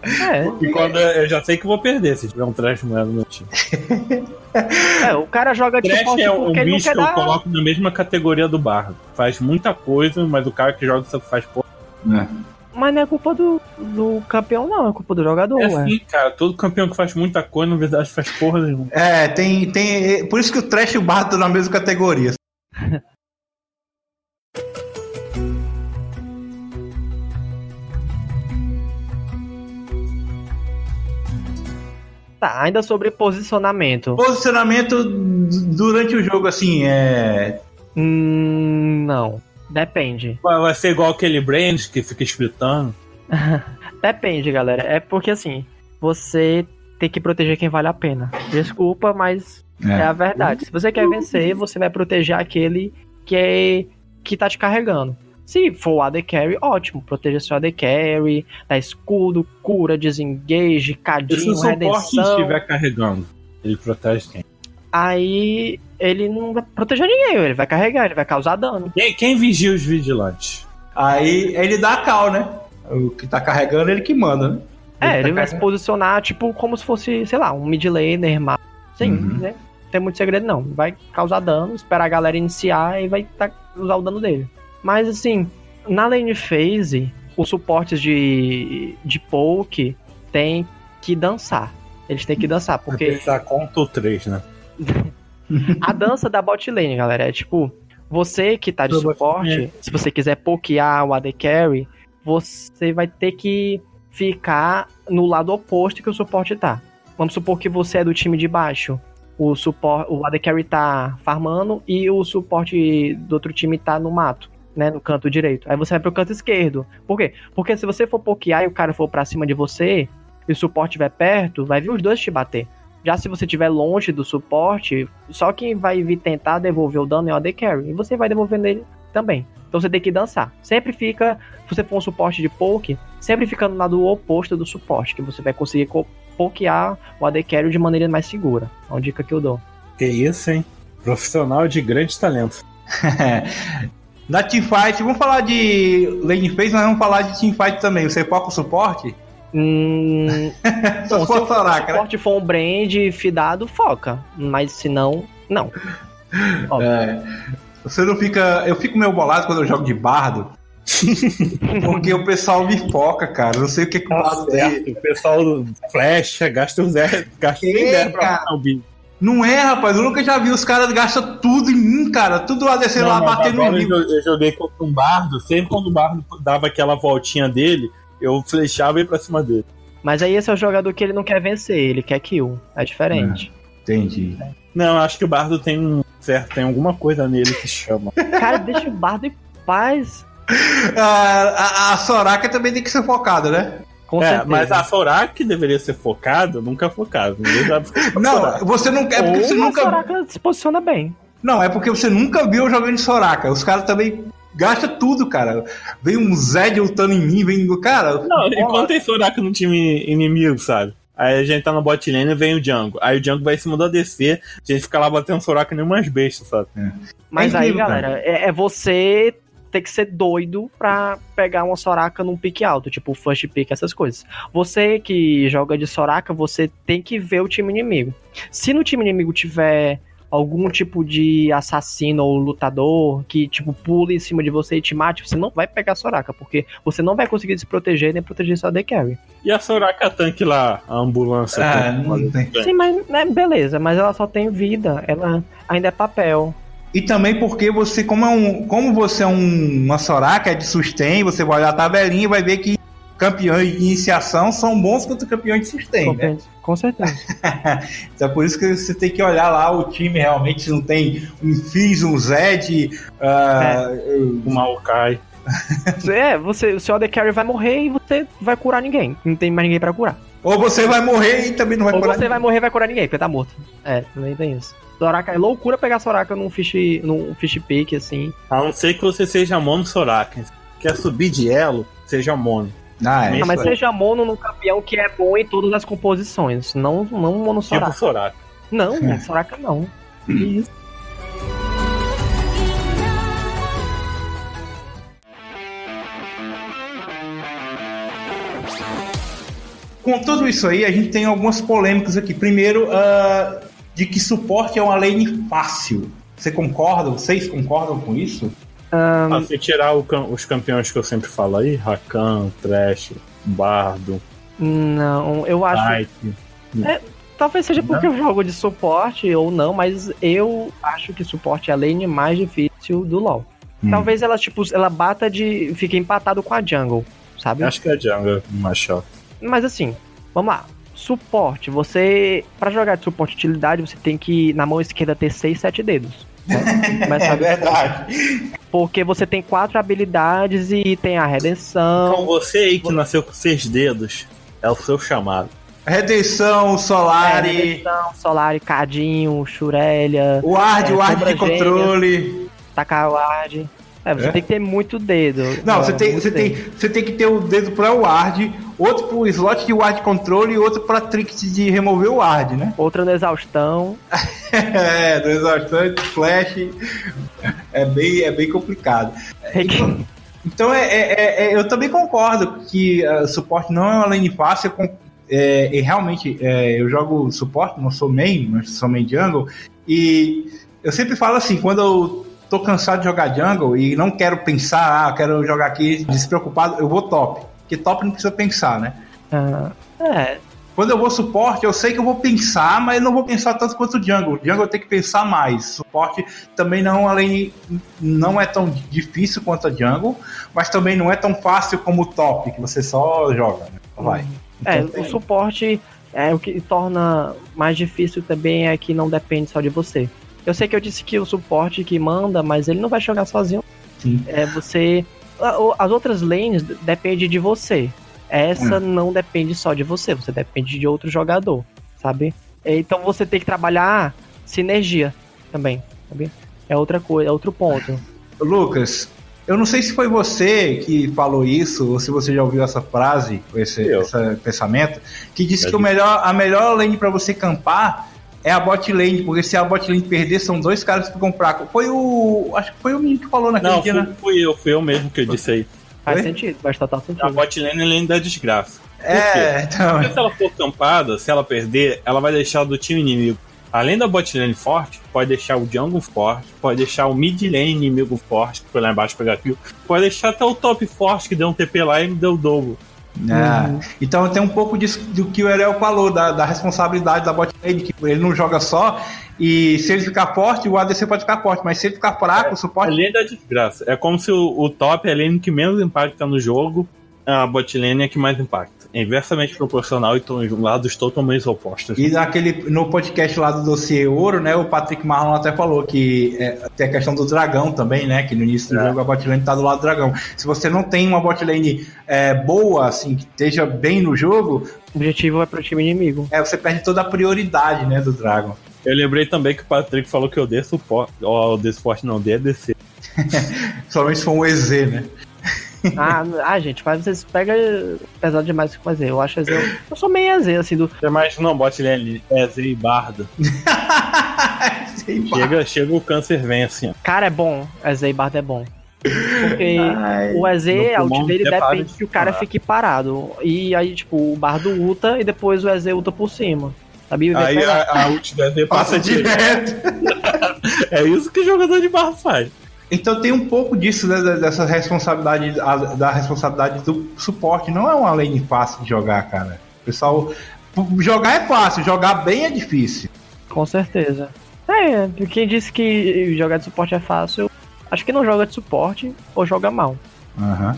[SPEAKER 3] É.
[SPEAKER 2] E quando eu já sei que vou perder se tiver um trash moeda no meu time.
[SPEAKER 3] É, o cara joga de
[SPEAKER 2] Trash
[SPEAKER 3] suporte
[SPEAKER 2] é um
[SPEAKER 3] porque ele não
[SPEAKER 2] bicho
[SPEAKER 3] quer
[SPEAKER 2] que eu
[SPEAKER 3] dar.
[SPEAKER 2] coloco na mesma categoria do bardo. Faz muita coisa, mas o cara que joga só faz porra.
[SPEAKER 1] né?
[SPEAKER 3] Mas não é culpa do, do campeão, não, é culpa do jogador,
[SPEAKER 2] É
[SPEAKER 3] ué.
[SPEAKER 2] assim, cara. Todo campeão que faz muita coisa, na verdade, faz porra nenhuma.
[SPEAKER 1] É, tem, tem. Por isso que o trash e o bardo estão na mesma categoria.
[SPEAKER 3] Tá, ainda sobre posicionamento.
[SPEAKER 1] Posicionamento d- durante o jogo, assim, é.
[SPEAKER 3] Hum, não. Depende.
[SPEAKER 2] Vai vai ser igual aquele Brand que fica splitando.
[SPEAKER 3] Depende, galera. É porque assim, você tem que proteger quem vale a pena. Desculpa, mas é, a verdade. Se você quer vencer, você vai proteger aquele que é que tá te carregando. Se for o AD Carry, ótimo. Proteja seu AD Carry, dá escudo, cura, desengage,
[SPEAKER 2] E se o
[SPEAKER 3] cadinho,
[SPEAKER 2] suporte
[SPEAKER 3] redenção.
[SPEAKER 2] estiver carregando, ele protege quem?
[SPEAKER 3] Aí ele não vai proteger ninguém, ele vai carregar, ele vai causar dano.
[SPEAKER 2] Quem, quem vigia os vigilantes?
[SPEAKER 1] Aí ele dá a cal, né? O que tá carregando, ele que manda, né?
[SPEAKER 3] É,
[SPEAKER 1] tá
[SPEAKER 3] ele vai se
[SPEAKER 1] carregando.
[SPEAKER 3] posicionar, tipo, como se fosse, sei lá, um mid laner, mas. Sim,
[SPEAKER 1] Uhum.
[SPEAKER 3] né? Não tem muito segredo, não. Vai causar dano, esperar a galera iniciar e vai tá- usar o dano dele. Mas assim, na lane phase, os suportes de, de poke tem que dançar. Eles têm que dançar, porque
[SPEAKER 2] Pensar contra o 3, né?
[SPEAKER 3] a dança da bot lane, galera, é tipo, você que tá de
[SPEAKER 2] Da bot
[SPEAKER 3] suporte,
[SPEAKER 2] lane.
[SPEAKER 3] se você quiser pokear o AD Carry, você vai ter que ficar no lado oposto que o suporte tá. Vamos supor que você é do time de baixo. O, supor, o AD Carry tá farmando e o suporte do outro time tá no mato, né? No canto direito. Aí você vai pro canto esquerdo. Por quê? Porque se você for pokear e o cara for pra cima de você, e o suporte estiver perto, vai vir os dois te bater. Já se você estiver longe do suporte, só quem vai vir tentar devolver o dano é o AD Carry. E você vai devolver nele também. Então você tem que dançar. Sempre fica, se você for um suporte de poke, sempre fica no lado oposto do suporte, que você vai conseguir co- pokear o AD Carry de maneira mais segura. É uma dica que eu dou.
[SPEAKER 2] Que isso, hein? Profissional de grande talento.
[SPEAKER 1] Da teamfight, vamos falar de lane phase, mas vamos falar de teamfight também. Você foca o suporte?
[SPEAKER 3] Hum,
[SPEAKER 1] Só
[SPEAKER 3] bom,
[SPEAKER 1] se
[SPEAKER 3] se o
[SPEAKER 1] for Soraka, né?
[SPEAKER 3] suporte for um brand fidado, foca. Mas se não, não. Ó,
[SPEAKER 1] É. Você não fica. Eu fico meio bolado quando eu jogo de bardo. porque o pessoal me foca, cara. Eu Não sei o que, que o
[SPEAKER 2] Tá
[SPEAKER 3] Tá
[SPEAKER 1] bardo tem.
[SPEAKER 2] O pessoal do flecha, gasta um zero, gasta um
[SPEAKER 1] Ei,
[SPEAKER 2] zero pra
[SPEAKER 1] cara.
[SPEAKER 2] matar o bicho.
[SPEAKER 1] Não é, rapaz. Eu nunca já vi os caras gastam tudo em mim, cara. Tudo ADC lá
[SPEAKER 2] Não, não,
[SPEAKER 1] batendo
[SPEAKER 2] agora
[SPEAKER 1] em mim.
[SPEAKER 2] eu, eu joguei contra um bardo, sempre quando o bardo dava aquela voltinha dele, eu flechava e ia pra cima dele.
[SPEAKER 3] Mas aí esse é o jogador que ele não quer vencer, ele quer kill. É diferente.
[SPEAKER 1] Entendi.
[SPEAKER 2] Não, acho que o bardo tem um certo, tem alguma coisa nele que chama.
[SPEAKER 1] É.
[SPEAKER 3] Cara, deixa o bardo em paz.
[SPEAKER 1] Ah, a, a Soraka também tem que ser focada, né?
[SPEAKER 3] Com
[SPEAKER 2] É,
[SPEAKER 3] certeza.
[SPEAKER 2] mas a Soraka que deveria ser focada, nunca é focada. Ninguém dá pra
[SPEAKER 1] Não,
[SPEAKER 2] Soraka.
[SPEAKER 1] você não. É porque
[SPEAKER 3] Ou
[SPEAKER 1] você
[SPEAKER 3] a
[SPEAKER 1] nunca.
[SPEAKER 3] Soraka se posiciona bem.
[SPEAKER 1] Não, é porque você nunca viu eu jogando de Soraka. Os caras também gastam tudo, cara. Vem um Zed lutando em mim, vem. Cara,
[SPEAKER 2] Não, enquanto tem Soraka no time inimigo, sabe? Aí a gente tá no bot lane e vem o Django. Aí o Django vai em cima do ADC, a gente fica lá batendo Soraka nem umas bestas, sabe?
[SPEAKER 3] Mas
[SPEAKER 1] É
[SPEAKER 3] aí,
[SPEAKER 1] incrível, cara.
[SPEAKER 3] galera, é, é você ter que ser doido pra pegar uma Soraka num pique alto, tipo first pick, essas coisas. Você que joga de Soraka, você tem que ver o time inimigo. Se no time inimigo tiver algum tipo de assassino ou lutador que, tipo, pula em cima de você e te mate, você não vai pegar Soraka, porque você não vai conseguir se proteger nem proteger seu AD Carry.
[SPEAKER 2] E a Soraka tanque lá, a ambulância.
[SPEAKER 1] Ah,
[SPEAKER 2] tanque,
[SPEAKER 1] não tem.
[SPEAKER 2] É.
[SPEAKER 3] Sim, mas né, beleza, mas ela só tem vida, ela ainda é papel.
[SPEAKER 1] E também porque você, como, é um, como você é um, uma Soraka é de sustain, você vai olhar a tabelinha e vai ver que campeões de iniciação são bons quanto campeões de sustain, né?
[SPEAKER 3] compreende? Com certeza.
[SPEAKER 1] Então é por isso que você tem que olhar lá o time realmente, se não tem um Fizz, um Zed, ah,
[SPEAKER 2] o Maokai.
[SPEAKER 3] é, você, o seu AD Carry vai morrer e você vai curar ninguém. Não tem mais ninguém pra curar.
[SPEAKER 1] ou você vai morrer e também não vai
[SPEAKER 3] Ou
[SPEAKER 1] curar
[SPEAKER 3] você vai morrer e vai curar ninguém, porque tá morto. É, também tem isso. Soraka é loucura pegar Soraka num fish, num fish pick, assim.
[SPEAKER 2] A não ser que você seja mono Soraka. Quer subir de elo, seja mono.
[SPEAKER 1] Ah, é,
[SPEAKER 2] Isso
[SPEAKER 3] Ah, mas
[SPEAKER 1] isso aí.
[SPEAKER 3] seja mono num campeão que é bom em todas as composições. Não, não mono
[SPEAKER 2] Tipo
[SPEAKER 3] Soraka.
[SPEAKER 2] Soraka.
[SPEAKER 3] Não, Soraka não. Isso.
[SPEAKER 1] Com tudo isso aí, a gente tem algumas polêmicas aqui. Primeiro, ah, de que suporte é uma lane fácil. Você concorda? Vocês concordam com isso?
[SPEAKER 2] Ah, se tirar o cam- os campeões que eu sempre falo aí, Rakan, Trash, Bardo,
[SPEAKER 3] Não, eu acho
[SPEAKER 2] Knight.
[SPEAKER 3] Talvez seja porque eu jogo de suporte ou não, mas eu acho que suporte é a lane mais difícil do LoL.
[SPEAKER 1] Hum.
[SPEAKER 3] Talvez ela, tipo, ela bata de. fique empatado com a jungle, sabe?
[SPEAKER 2] Acho que é Django, Machado.
[SPEAKER 3] Mas assim, vamos lá. Suporte, você. Pra jogar de suporte e utilidade, você tem que, na mão esquerda, ter 6, 7 dedos. Né?
[SPEAKER 1] É,
[SPEAKER 3] Começa-
[SPEAKER 1] verdade.
[SPEAKER 3] porque você tem quatro habilidades e tem a redenção.
[SPEAKER 2] Então você aí que nasceu com seis dedos, é o seu chamado.
[SPEAKER 1] Redenção,
[SPEAKER 3] a
[SPEAKER 1] Solari,
[SPEAKER 3] redenção, Solari, Cadinho, Shurelia.
[SPEAKER 1] o Ward,
[SPEAKER 3] É,
[SPEAKER 1] o Ward de
[SPEAKER 3] Sombra
[SPEAKER 1] controle.
[SPEAKER 3] tacar o Ward. É, você
[SPEAKER 1] É?
[SPEAKER 3] tem que ter muito dedo.
[SPEAKER 1] Não,
[SPEAKER 3] Galera,
[SPEAKER 1] você, tem,
[SPEAKER 3] É, muito
[SPEAKER 1] você, tem,
[SPEAKER 3] dedo.
[SPEAKER 1] você tem que ter o dedo pra Ward, outro pro slot de Ward controle e outro pra Trinket de remover o Ward, né?
[SPEAKER 3] Outra no exaustão.
[SPEAKER 1] É, do exaustante, flash. É bem, é bem complicado.
[SPEAKER 3] Tem que-
[SPEAKER 1] Então, é, é- é- é- eu também concordo que ah, suporte não é uma lane fácil. eu con- é, e realmente, é, eu jogo suporte, não sou main, mas sou main jungle. E eu sempre falo assim, quando eu tô cansado de jogar jungle e não quero pensar, ah, quero jogar aqui despreocupado, eu vou top. Porque top não precisa pensar, né?
[SPEAKER 3] Ah, é,
[SPEAKER 1] Quando eu vou suporte, eu sei que eu vou pensar, mas não vou pensar tanto quanto o jungle. Jungle eu tenho que pensar mais. Suporte também não, além, não é tão difícil quanto a jungle, mas também não é tão fácil como o top, que você só joga, né? Só Vai.
[SPEAKER 3] é,
[SPEAKER 1] Então
[SPEAKER 3] o
[SPEAKER 1] tem-
[SPEAKER 3] suporte é o que torna mais difícil também é que não depende só de você. Eu sei que eu disse que o suporte que manda, mas ele não vai jogar sozinho.
[SPEAKER 1] Sim.
[SPEAKER 3] É você. a- o- As outras lanes d- depende de você. Essa
[SPEAKER 1] É.
[SPEAKER 3] não depende só de você, você depende de outro jogador, sabe? Então você tem que trabalhar sinergia também, sabe? É outra coisa, é outro ponto.
[SPEAKER 1] Lucas, eu não sei se foi você que falou isso, ou se você já ouviu essa frase, ou esse,
[SPEAKER 2] Eu.
[SPEAKER 1] esse pensamento, que disse
[SPEAKER 2] Já
[SPEAKER 1] que o melhor, a melhor lane pra você campar é a bot lane, porque se a bot lane perder, são dois caras que ficam fracos. Foi o. Acho que foi o menino que falou naquele
[SPEAKER 2] Não,
[SPEAKER 1] dia, né?
[SPEAKER 2] fui, fui eu, fui eu mesmo que eu disse aí.
[SPEAKER 3] Faz
[SPEAKER 1] Oi? Tá
[SPEAKER 3] sentido, faz total sentido.
[SPEAKER 2] A botlane além da desgraça.
[SPEAKER 1] É, então.
[SPEAKER 2] Porque se ela for campada, se ela perder, ela vai deixar do time inimigo. Além da botlane forte, pode deixar o jungle forte, pode deixar o mid lane inimigo forte, que foi lá embaixo pegar kill, pode deixar até o top forte, que deu um TP lá e me deu o dobro.
[SPEAKER 1] É. Então tem um pouco disso do que o Erel falou, da, da responsabilidade da bot lane, que ele não joga só, e se ele ficar forte, o ADC pode ficar forte, mas se ele ficar fraco, o suporte.
[SPEAKER 2] Além da desgraça. É como se o, o top é a lane que menos impacta no jogo, a botlane é a que mais impacta. É inversamente proporcional e estão em lados totalmente opostos.
[SPEAKER 1] E naquele, no podcast lá do dossiê Ouro, né, o Patrick Marlon até falou que é, tem a questão do dragão também, né, que no início do
[SPEAKER 2] É.
[SPEAKER 1] jogo a botlane tá do lado do dragão. Se você não tem uma botlane é, boa, assim, que esteja bem no jogo,
[SPEAKER 3] O objetivo é pro time inimigo.
[SPEAKER 1] é, você perde toda a prioridade, né, do dragão.
[SPEAKER 2] Eu lembrei também que o Patrick falou que eu dei suporte. Ó, eu dei suporte não, dei ADC.
[SPEAKER 1] Somente se for um EZ, né.
[SPEAKER 3] Ah, n- ah, gente, mas vocês pegam pesado demais com fazer. Eu acho EZ. Eu, eu sou meio EZ, assim, do.
[SPEAKER 2] Mas não, botlane é Z e barda.
[SPEAKER 1] Sei lá.
[SPEAKER 2] Chega, chega o câncer vem assim. ó.
[SPEAKER 3] Cara, é bom. EZ e Barda é bom. Porque
[SPEAKER 1] Ai,
[SPEAKER 3] o EZ,
[SPEAKER 2] no
[SPEAKER 3] a ult
[SPEAKER 2] pulmão
[SPEAKER 3] dele
[SPEAKER 2] até para
[SPEAKER 3] depende
[SPEAKER 2] de
[SPEAKER 3] que o cara
[SPEAKER 2] parar.
[SPEAKER 3] fique parado. E aí, tipo, o Bardo luta e depois o EZ luta por cima. Sabe? Vem
[SPEAKER 2] Aí
[SPEAKER 3] pegar.
[SPEAKER 2] a, a ult da Z passa direto.
[SPEAKER 1] direto.
[SPEAKER 2] É isso que jogador de barra faz.
[SPEAKER 1] Então tem um pouco disso, né, da- dessa responsabilidade, a- da responsabilidade do suporte. Não é uma lane fácil de jogar, cara. O Pessoal, p- jogar é fácil, jogar bem é difícil.
[SPEAKER 3] Com certeza. É, quem disse que jogar de suporte é fácil, acho que não joga de suporte ou joga mal.
[SPEAKER 1] Aham.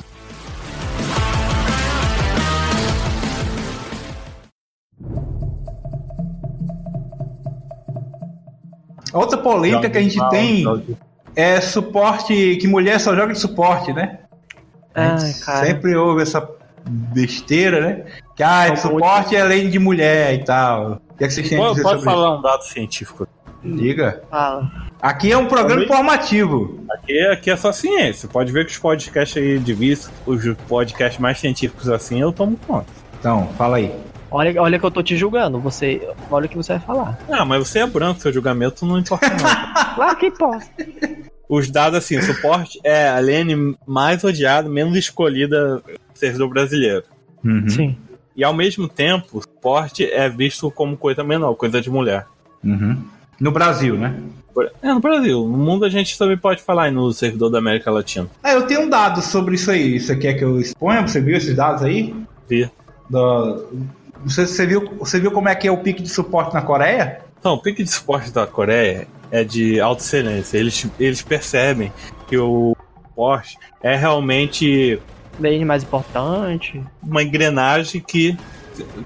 [SPEAKER 1] Outra polêmica que a gente
[SPEAKER 2] Joga de
[SPEAKER 1] tem
[SPEAKER 2] mal, joga de-
[SPEAKER 1] é suporte, que mulher só joga de suporte, né? A
[SPEAKER 3] Ai,
[SPEAKER 1] gente
[SPEAKER 3] cara.
[SPEAKER 1] sempre ouve essa besteira, né? Que
[SPEAKER 2] Tá
[SPEAKER 1] ah,
[SPEAKER 3] Não,
[SPEAKER 1] suporte é lei de mulher e tal. O que, é que vocês têm a
[SPEAKER 2] Pode,
[SPEAKER 1] dizer
[SPEAKER 2] pode
[SPEAKER 1] sobre
[SPEAKER 2] falar um dado científico.
[SPEAKER 1] isso? Diga.
[SPEAKER 3] Fala.
[SPEAKER 1] Aqui é um programa
[SPEAKER 2] Também?
[SPEAKER 1] informativo.
[SPEAKER 2] Aqui, aqui é só ciência. Pode ver que os podcasts aí de vício, os podcasts mais científicos assim, eu tomo conta.
[SPEAKER 1] Então, fala aí.
[SPEAKER 3] Olha, olha que eu tô te julgando, você. Olha o que você vai falar.
[SPEAKER 2] Ah, mas você é branco, seu julgamento não importa não.
[SPEAKER 3] Claro que posso.
[SPEAKER 2] os dados assim, o suporte é a lane mais odiada, menos escolhida do servidor brasileiro.
[SPEAKER 1] Uhum.
[SPEAKER 3] Sim.
[SPEAKER 2] E ao mesmo tempo, o suporte é visto como coisa menor, coisa de mulher.
[SPEAKER 1] Uhum. No Brasil, né?
[SPEAKER 2] É, no Brasil. No mundo a gente também pode falar aí no servidor da América Latina.
[SPEAKER 1] Ah, eu tenho um dado sobre isso aí. Você quer que eu exponha? Você viu esses dados aí?
[SPEAKER 2] Vi.
[SPEAKER 1] Da- Você, você viu, você viu como é que é o pique de suporte na Coreia?
[SPEAKER 2] Então, o pique de suporte da Coreia é de alta excelência. Eles, eles percebem que o suporte é realmente
[SPEAKER 3] Lane mais importante.
[SPEAKER 2] uma engrenagem que,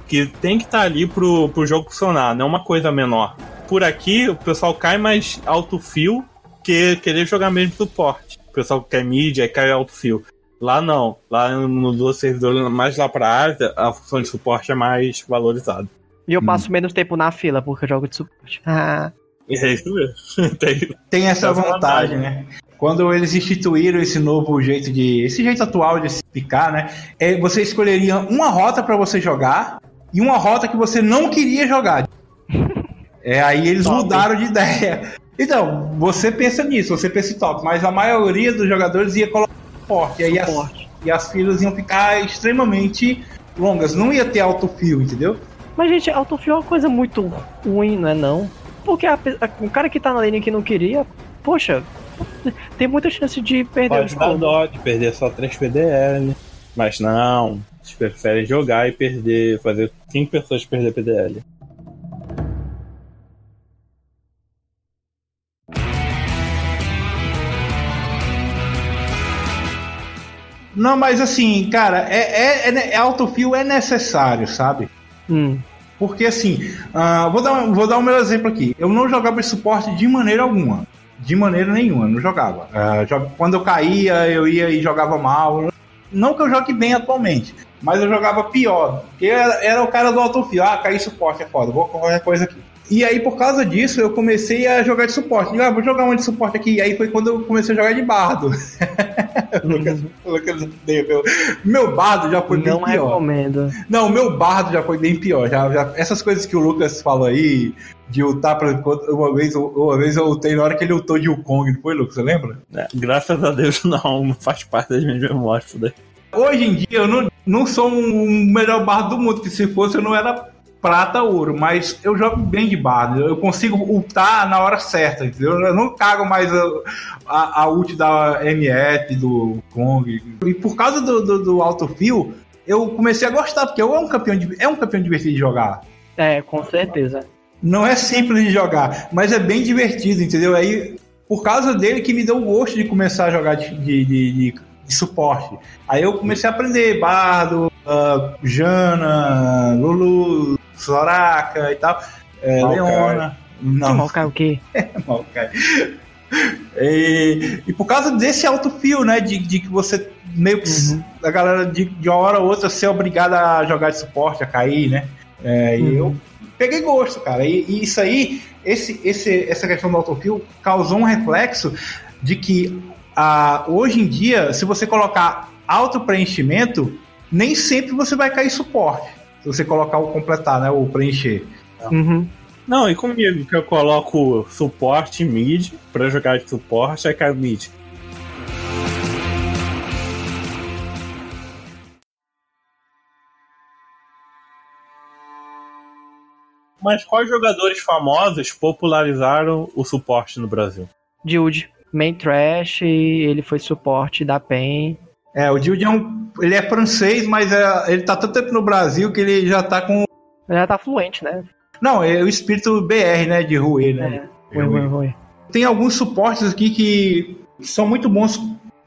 [SPEAKER 2] que tem que estar ali pro, pro jogo funcionar, não é uma coisa menor. Por aqui, o pessoal cai mais alto fio que querer jogar mesmo suporte. O pessoal que quer mídia aí cai alto fio. Lá não. Lá no do servidor, mais lá pra Ásia, a função de suporte é mais valorizada.
[SPEAKER 3] E eu
[SPEAKER 1] Hum.
[SPEAKER 3] passo menos tempo na fila, porque eu jogo de suporte. Ah,
[SPEAKER 2] É isso mesmo. Tem-
[SPEAKER 1] Tem essa
[SPEAKER 2] Essa
[SPEAKER 1] vantagem,
[SPEAKER 2] vantagem.
[SPEAKER 1] né? Quando eles instituíram esse novo jeito de. esse jeito atual de se picar, né? É, você escolheria uma rota pra você jogar e uma rota que você não queria jogar. É, aí eles
[SPEAKER 3] Top.
[SPEAKER 1] mudaram de ideia. Então, você pensa nisso, você pensa em top, mas a maioria dos jogadores ia colocar suporte. E aí as,
[SPEAKER 3] suporte.
[SPEAKER 1] e as filas iam ficar extremamente longas. Não ia ter alto fio, entendeu?
[SPEAKER 3] Mas, gente, autofio é uma coisa muito ruim, não é não? Porque a pe- a- o cara que tá na lane que não queria, poxa, tem muita chance de perder
[SPEAKER 2] Pode
[SPEAKER 3] o
[SPEAKER 2] dar
[SPEAKER 3] jogo.
[SPEAKER 2] dó de perder só 3 PDL. né? Mas não, eles preferem jogar e perder, fazer 5 pessoas perder PDL.
[SPEAKER 1] Não, mas assim, cara, é, é, é, ne- é autofill é necessário, sabe?
[SPEAKER 3] Hum.
[SPEAKER 1] Porque assim, ah, vou, dar, vou dar o meu exemplo aqui. Eu não jogava esse suporte de maneira alguma. De maneira nenhuma, não jogava. Ah, jo- quando eu caía, eu ia e jogava mal. Não que eu jogue bem atualmente, mas eu jogava pior. Porque era, era o cara do autofill. Ah, caí suporte, é foda, vou qualquer coisa aqui. E aí, por causa disso, eu comecei a jogar de suporte. Ah, vou jogar um de suporte aqui. E aí foi quando eu comecei a jogar de bardo. O Lucas- o Lucas odeia meu, meu bardo já foi
[SPEAKER 3] Uhum. Não é
[SPEAKER 1] bem pior.
[SPEAKER 3] recomendo.
[SPEAKER 1] Não, o meu bardo já foi bem pior. Já, já- essas coisas que o Lucas falou aí, de ultar pra, uma, vez, eu- uma vez eu ultei na hora que ele ultou de Wukong, não foi, Lucas? Você lembra?
[SPEAKER 2] É, graças a Deus não, não faz parte das minhas memórias. isso daí.
[SPEAKER 1] Hoje em dia eu não, não sou um melhor bardo do mundo, que se fosse eu não era prata ouro, mas eu jogo bem de bardo. Eu consigo ultar na hora certa, entendeu? Eu não cago mais a, a, a ult da MF, do Kong. E por causa do, do, do autofill, eu comecei a gostar, porque eu é um campeão, de, é um campeão divertido de jogar.
[SPEAKER 3] É, com certeza.
[SPEAKER 1] Não é simples de jogar, mas é bem divertido, entendeu? Aí, por causa dele que me deu o gosto de começar a jogar de, de- de- de- de suporte. Aí eu comecei a aprender Bardo, ah, Jana, Lulu, Soraka e tal. É,
[SPEAKER 4] Maokai.
[SPEAKER 1] Leona. Não,
[SPEAKER 3] Mal caiu o quê?
[SPEAKER 1] Maokai. E, e por causa desse alto fio, né? De, de que você meio que
[SPEAKER 3] Uhum.
[SPEAKER 1] a galera de, de uma hora ou outra ser obrigada a jogar de suporte, a cair, né? É, E eu peguei gosto, cara. E, e isso aí, esse, esse, essa questão do autofill causou um reflexo de que ah, hoje em dia, se você colocar auto preenchimento, nem sempre você vai cair suporte. Se você colocar o completar, né? O preencher.
[SPEAKER 3] Uhum.
[SPEAKER 2] Não, e comigo, que eu coloco suporte e mid pra jogar de suporte, aí cai mid. Mas quais jogadores famosos popularizaram o suporte no Brasil?
[SPEAKER 3] Dude, main trash, ele foi suporte da PEN.
[SPEAKER 1] É, o Dilde é um. Ele é francês, mas é- ele tá tanto tempo no Brasil que ele já tá com.
[SPEAKER 3] Ele já tá fluente, né?
[SPEAKER 1] Não, é o espírito BR, né? De Rue, né?
[SPEAKER 3] Foi, foi, foi.
[SPEAKER 1] Tem alguns suportes aqui que são muito bons.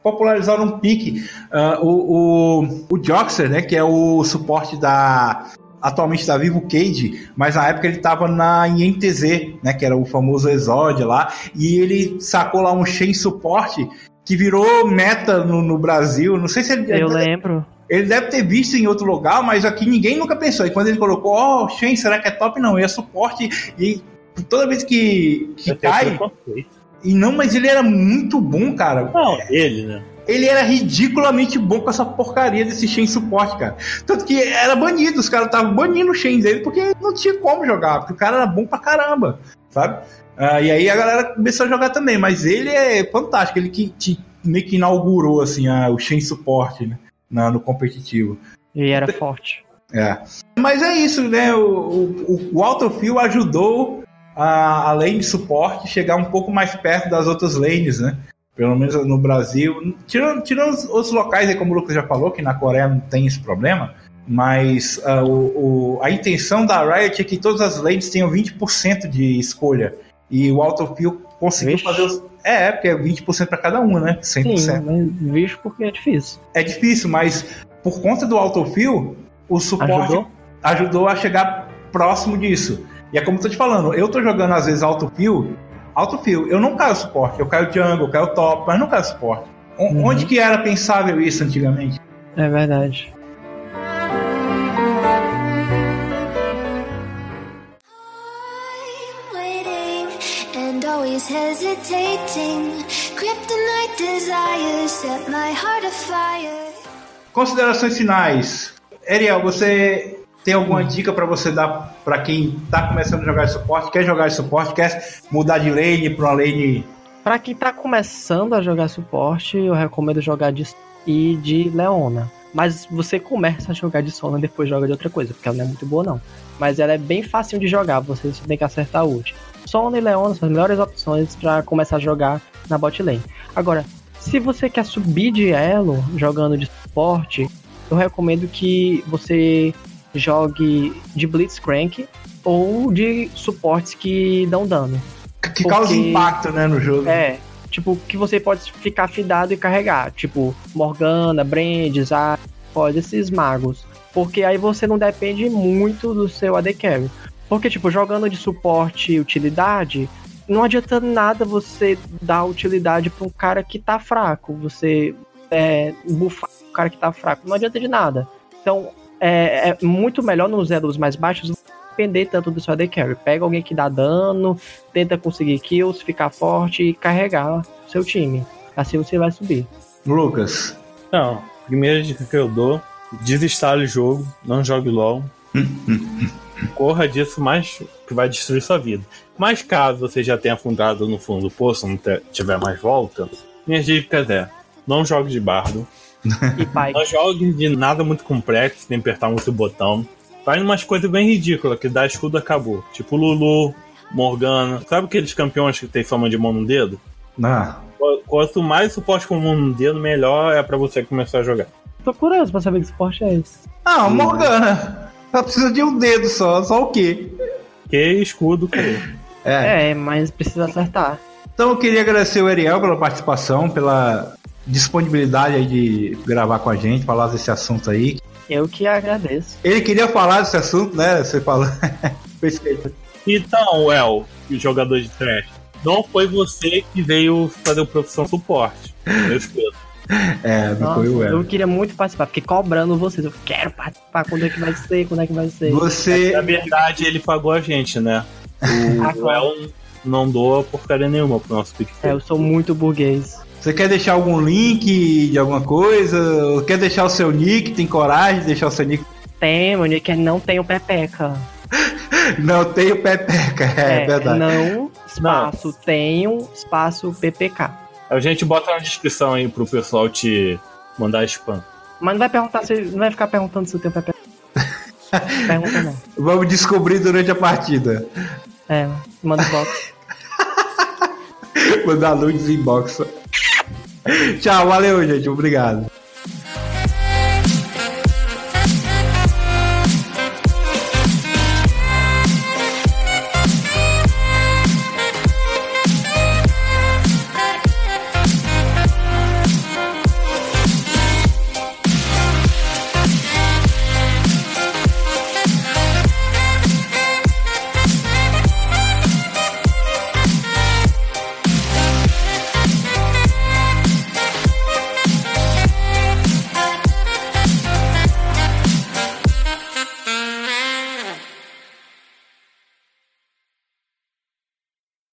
[SPEAKER 1] Popularizaram um pique. Ah, o, o, o Joxer, né? Que é o suporte da. Atualmente da Vivo Cage, mas na época ele tava na INTZ, né? Que era o famoso Exod lá. E ele sacou lá um Shen suporte que virou meta no, no Brasil. Não sei se ele. é
[SPEAKER 3] Eu lembro.
[SPEAKER 1] Ele deve ter visto em outro lugar, mas aqui ninguém nunca pensou. E quando ele colocou, ó, Shen, será que é top? Não, e é suporte. E toda vez que, que
[SPEAKER 2] Eu tenho
[SPEAKER 1] cai.
[SPEAKER 2] preconceito.
[SPEAKER 1] E não, mas ele era muito bom, cara.
[SPEAKER 2] Não, ele, né?
[SPEAKER 1] Ele era ridiculamente bom com essa porcaria desse Shen suporte, cara. Tanto que era banido, os caras estavam banindo o Shen dele porque não tinha como jogar, porque o cara era bom pra caramba, sabe? Ah, e aí a galera começou a jogar também, mas ele é fantástico, ele que te- meio que inaugurou assim, a- o Shen suporte, né? na- no competitivo.
[SPEAKER 3] E era forte.
[SPEAKER 1] É. Mas é isso, né? O, o, o autofill ajudou a, a lane de suporte chegar um pouco mais perto das outras lanes, né? Pelo menos no Brasil. Tirando, tirando os outros locais, aí, como o Lucas já falou, que na Coreia não tem esse problema. Mas ah, o- o- a intenção da Riot é que todas as lanes tenham 20% de escolha. E o autofill conseguiu
[SPEAKER 3] Vixe.
[SPEAKER 1] fazer os. É, é, porque é 20% para cada uma, né? 100%.
[SPEAKER 3] Sim, mas visto porque é difícil.
[SPEAKER 1] É difícil, mas por conta do autofill, o suporte
[SPEAKER 3] Ajudou?
[SPEAKER 1] ajudou? a chegar próximo disso. E é como eu tô te falando, eu tô jogando às vezes autofill, autofill, eu não caio suporte, eu caio jungle, eu caio top, mas não caio suporte. O-
[SPEAKER 3] Uhum.
[SPEAKER 1] Onde que era pensável isso antigamente?
[SPEAKER 3] É verdade.
[SPEAKER 5] I'm waiting and always hesitating. Kryptonite desires set my heart afire.
[SPEAKER 1] Considerações finais. Ariel, você tem
[SPEAKER 3] Uhum.
[SPEAKER 1] alguma dica pra você dar pra quem tá começando a jogar de suporte, quer jogar de suporte, quer mudar de lane pra uma lane
[SPEAKER 3] Pra quem tá começando a jogar suporte, eu recomendo jogar de e de Leona. Mas você começa a jogar de Sona e depois joga de outra coisa, porque ela não é muito boa não. Mas ela é bem facinho de jogar, você só tem que acertar a ult. Sona e Leona são as melhores opções pra começar a jogar na bot lane. Agora, se você quer subir de elo jogando de suporte, eu recomendo que você jogue de Blitzcrank ou de suportes que dão dano.
[SPEAKER 1] Que causa
[SPEAKER 3] Porque-
[SPEAKER 1] impacto, né, no jogo.
[SPEAKER 3] É, tipo, que você pode ficar fidado e carregar. Tipo, Morgana, Brandes, pode esses magos. Porque aí você não depende muito do seu AD Carry. Porque, tipo, jogando de suporte e utilidade, não adianta nada você dar utilidade pra um cara que tá fraco. Você é, bufar o cara que tá fraco. Não adianta de nada. Então, é, é muito melhor nos elos mais baixos não depender tanto do seu AD Carry. Pega alguém que dá dano, tenta conseguir kills, ficar forte e carregar seu time. Assim você vai subir.
[SPEAKER 1] Lucas.
[SPEAKER 2] Não, primeira dica que eu dou: desinstale o jogo, não jogue LOL. Corra disso, mas que vai destruir sua vida. Mas caso você já tenha afundado no fundo do poço, não te- tiver mais volta, minhas dicas é: não jogue de bardo,
[SPEAKER 3] E pai,
[SPEAKER 2] não jogue de nada muito complexo, tem que apertar muito o botão. Faz umas coisas bem ridículas, que dá escudo acabou. Tipo Lulu, Morgana. Sabe aqueles campeões que tem fama de mão no dedo?
[SPEAKER 1] Ah,
[SPEAKER 2] Qu- Quanto mais suporte com um dedo, melhor é pra você começar a jogar.
[SPEAKER 3] tô curioso pra saber que esporte é esse.
[SPEAKER 1] ah Morgana. Ela precisa de um dedo só, só o quê?
[SPEAKER 2] Que escudo, cara.
[SPEAKER 1] É.
[SPEAKER 3] É, mas precisa acertar.
[SPEAKER 1] Então eu queria agradecer o Ariel pela participação, pela disponibilidade aí de gravar com a gente, falar desse assunto aí.
[SPEAKER 3] Eu que agradeço.
[SPEAKER 1] Ele queria falar desse assunto, né? Você falou. Perfeito.
[SPEAKER 2] Então, Well, o jogador de trash, não foi você que veio fazer o profissão suporte. Eu espero.
[SPEAKER 1] é, não
[SPEAKER 3] Nossa,
[SPEAKER 1] foi o
[SPEAKER 3] eu
[SPEAKER 1] Elo.
[SPEAKER 3] queria muito participar, fiquei cobrando vocês. Eu quero participar, quando é que vai ser, quando é que vai ser.
[SPEAKER 1] Você.
[SPEAKER 2] Na verdade, ele pagou a gente, né?
[SPEAKER 1] é
[SPEAKER 3] Ah,
[SPEAKER 2] O
[SPEAKER 3] claro.
[SPEAKER 2] Well não doa porcaria nenhuma pro nosso
[SPEAKER 3] É,
[SPEAKER 2] PicPay.
[SPEAKER 3] eu sou muito burguês.
[SPEAKER 1] Você quer deixar algum link de alguma coisa? Ou Quer deixar o seu nick? Tem coragem de deixar o seu nick?
[SPEAKER 3] Tem, mano, é que não tenho pepeca.
[SPEAKER 1] Não tenho pepeca, é, verdade.
[SPEAKER 3] Não, espaço, tenho, espaço, ppk.
[SPEAKER 2] A gente bota na descrição aí pro pessoal te mandar spam.
[SPEAKER 3] Mas não vai perguntar se. Não vai ficar perguntando se eu tenho pepeca. Pergunta não.
[SPEAKER 1] Vamos descobrir durante a partida.
[SPEAKER 3] É, manda o box.
[SPEAKER 1] Mandar nudes em box. Tchau, valeu, gente. Obrigado.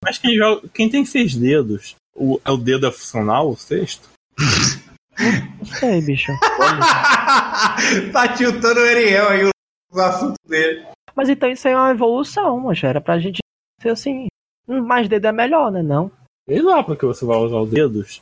[SPEAKER 2] Mas quem, joga, quem tem seis dedos, o, é o dedo é funcional, o sexto?
[SPEAKER 3] Não sei, bicho.
[SPEAKER 1] tá tiltando o Ariel aí o assunto dele.
[SPEAKER 3] Mas então isso aí é uma evolução, mancha. Era pra gente ser assim. hum, Mais Um dedo é melhor, né? Não.
[SPEAKER 2] Sei lá pra que você vai usar o dedos.